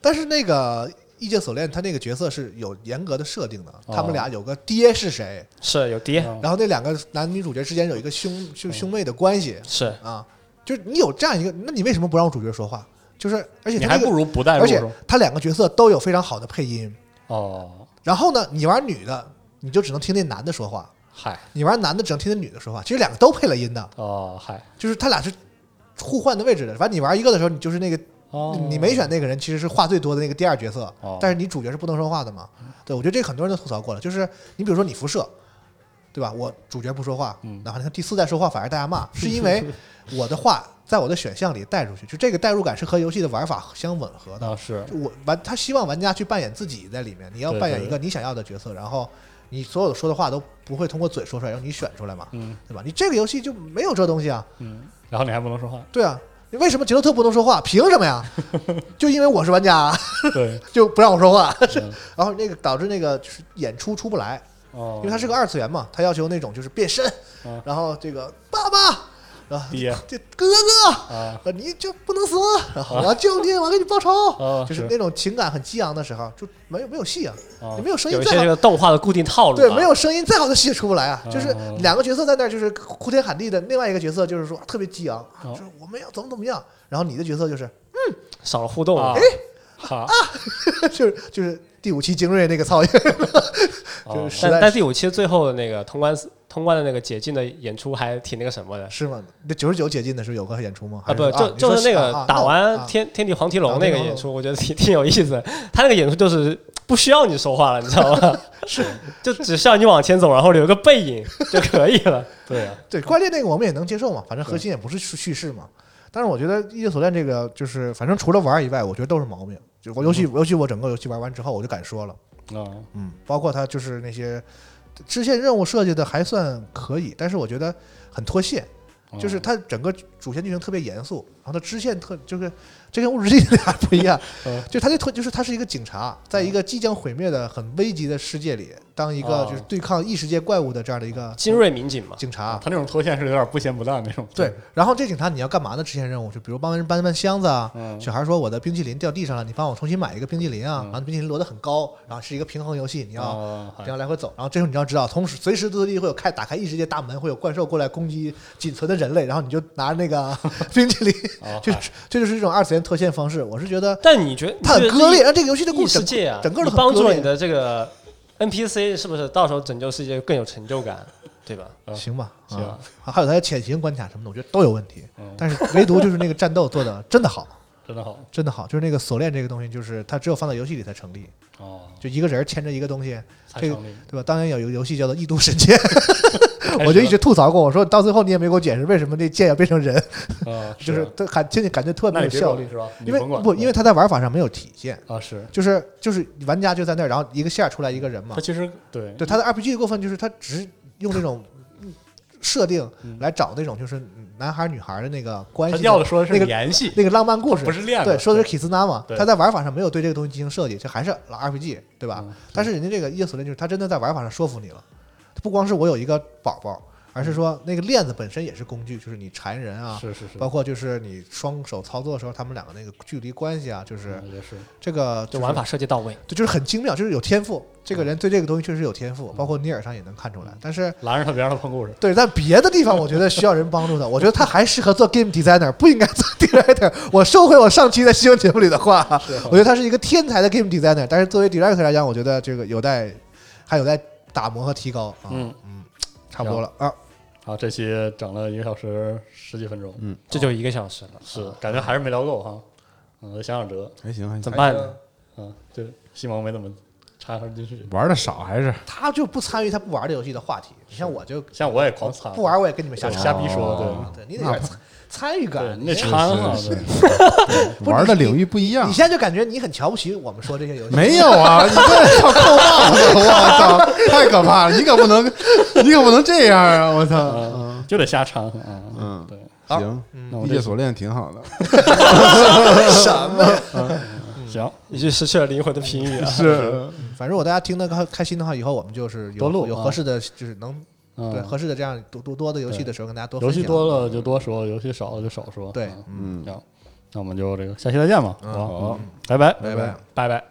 但是那个异界锁链他那个角色是有严格的设定的，
哦
他们俩有个爹是谁，
<laughs> 是有爹，
嗯
然后那两个男女主角之间有一个兄
哦
兄兄妹的关系
是
啊，就是你有这样一个，那你为什么不让主角说话？就是，而且
你
他
还
这个
不如不带入
而且
中
他两个角色都有非常好的配音。
哦，
然后呢，你玩女的，你就只能听那男的说话；
嗨
你玩男的，只能听那女的说话。其实两个都配了音的，
哦嗨
就是他俩是互换的位置的。反正你玩一个的时候，你就是那个、
哦，
你没选那个人，其实是话最多的那个第二角色，
哦
但是你主角是不能说话的嘛。对，我觉得这个很多人都吐槽过了，就是你比如说你辐射。对吧？我主角不说话，
嗯
哪怕他第四代说话，反而大
<laughs>
家骂，是因为我的话在我的选项里带出去，就这个代入感是和游戏的玩法相吻合的。
那是
就我玩，他希望玩家去扮演自己在里面，你要
对
扮演
对
一个你想要的角色，然后你所有的说的话都不会通过嘴说出来，让你选出来嘛，
嗯
对吧？你这个游戏就没有这东西啊，
嗯，然后你还不能说话，
对啊，你为什么杰洛特不能说话？凭什么呀？就因为我是玩家啊， <laughs>
对，
就不让我说话，
嗯
<laughs> 然后那个导致那个就是演出出不来，
哦，
因为它是个二次元嘛，它要求那种就是变身
嗯，
然后这个爸爸，然后
爹
<laughs> 这哥哥，
啊
呃，你就不能死，然后我要救你，我要给你报仇，
啊，
就是那种情感很激昂的时候，就没有没有戏啊，
啊
你没有声音
有一些
再
这
好，
个动画的固定套路、啊，
对，没有声音再好的戏也出不来啊。
哦
就是两个角色在那儿就是哭天喊地的，另外一个角色就是说特别激昂，
哦
就是我们要怎么怎么样，然后你的角色就是 <laughs>
少了互动
啊好，
啊，，
就是就是第五期精锐那个操演， <laughs>
哦
是实在
但但第五期最后的那个通关通关的那个解禁的演出还挺那个什么的
是吗？那九十九解禁的时候有个演出吗？
啊，
还是
不就
你说
就是那
啊啊
个打
那我
完
啊
天天地黄提
啊
龙那
那
个
个
演出，我觉得挺挺有意思的。他那个演出就是不需要你说话了，你知道吗？是， <laughs> 就只需要你往前走，然后留个背影就可以了。
对啊，
对怪猎那个我们也能接受嘛，反正核心也不是叙叙事嘛。但是我觉得《异界锁链》这个就是，反正除了玩儿以外，我觉得都是毛病。就我尤
嗯
其尤其我整个游戏玩完之后，我就敢说了。
啊
嗯，包括它就是那些支线任务设计的还算可以，但是我觉得很脱线，就是它整个主线剧情特别严肃，然后它支线特就是这跟物质地俩不一样
嗯，
就它这脱就是它是一个警察，在一个即将毁灭的很危急的世界里，当一个
哦
就是对抗异世界怪物的这样的一个
精锐民警嘛，
警察
啊，，他那种脱线是有点不咸不淡那种，
对，，然后这警察你要干嘛呢？支线任务就比如帮人搬搬箱子啊，
嗯
小孩说我的冰淇淋掉地上了，你帮我重新买一个冰淇淋啊，
嗯
然后冰淇淋摞得很高，然后是一个平衡游戏，你要、
啊，
你要来回走，然后这时候你要知道，同时随时随地会有开打开异世界大门，会有怪兽过来攻击仅存的人类，然后你就拿那个 <laughs> 冰淇淋，
啊
就这就是一种二次元特现方式。我是觉得
但你觉得
它很割裂，？让这个游戏的
你
故
觉得异异
事
世界啊，
整个都
你
很
帮助
割
了
裂
你的这个 NPC 是不是到时候拯救世界更有成就感，对吧？
呃
行吧，
行
啊，还有它的潜行关卡什么的，我觉得都有问题
嗯，
但是唯独就是那个战斗做的真的好。
真的好
真的好，就是那个锁链这个东西，就是它只有放在游戏里才成立， <laughs>
哦，
就一个人儿牵着一个东西，
才
这个
成立
对吧？当年有一个游戏叫做《异度神剑》 <laughs>
始，了
我就一直吐槽过，我说到最后你也没给我解释为什么这剑要变成人，
啊，
就是它感听起感觉特别
那
没
你别
有效
管
率，
是吧？你
因为
甭管
不因为它在玩法上没有体现，
啊是，
就是就是玩家就在那儿，然后一个线儿出来一个人嘛
他，其实对
对，它的 RPG 的过分就是它只是用
<laughs>
这种设定
嗯
来找那种就是男孩儿女孩儿的那个关
他
系
要的
的
说的
那
是
个
联系，
那个浪漫故事
不，是恋
对，说的是
是
k i s n a 嘛，
对
他在玩法上没有对这个东西进行设计，这还是老 RPG，对吧？
嗯
但是人家这个《夜锁链》就是他真的在玩法上说服你了，不光是我有一个宝宝，而是说那个链子本身也是工具，就是你缠人啊，
是是是
包括就是你双手操作的时候，他们两个那个距离关系啊，就是
也是
这个
嗯就玩法嗯设计到
哦
位，
对，就是很精妙，就是有天赋。这个人对这个东西确实有天
嗯
赋，包括尼尔上也能看出来，但是
拦着他别让他碰故事。
对，但别的地方我觉得需要人帮
<laughs>
助的。我觉得他还适合做 game designer，不应该 <laughs> 做 director。我收回我上期在新闻节目里的话，我觉得他是一个天才的 game designer，但是作为 director 来讲，我觉得这个有待还有待打磨和提高啊。
嗯
嗯，差不多了
行
啊。
好，这期整了一个小时十几分钟，嗯
这就一个小时了，
是感觉还是没聊够哈。嗯，我想想辙，
还行还行
怎么办呢？嗯，就西蒙没怎么掺和进去，
哎玩的少还是
他就不参与他不玩的游戏的话题，你像我就
像我也狂掺和
不玩我也跟你们瞎扯
瞎逼说，
啊
对
对你得有点参 <laughs> 参与感，
那掺和
是
对
不
<laughs> 玩的领域不一样
你。现在就感觉你很瞧不起我们说这些游戏，
没有啊，你这要扣帽子，我操，太可怕了！你可不能，你可不能这样啊！我操，嗯
就得瞎掺和啊。嗯，对，
行，
那我
异
这
界锁链挺好的。
什么呀
嗯行，
你就失去了灵魂的评语啊。
是，
反正我大家听得开开心的话，以后我们就是
多录
有有
啊
合适的，就是能
嗯
对合适的这样多多多的游戏的时候，跟大家多
游戏
分享
多了就多说，游戏少了就少说。
啊对
嗯，行，那我们就这个下期再见吧。
嗯
好吧
好
嗯拜拜，
拜拜，
拜拜。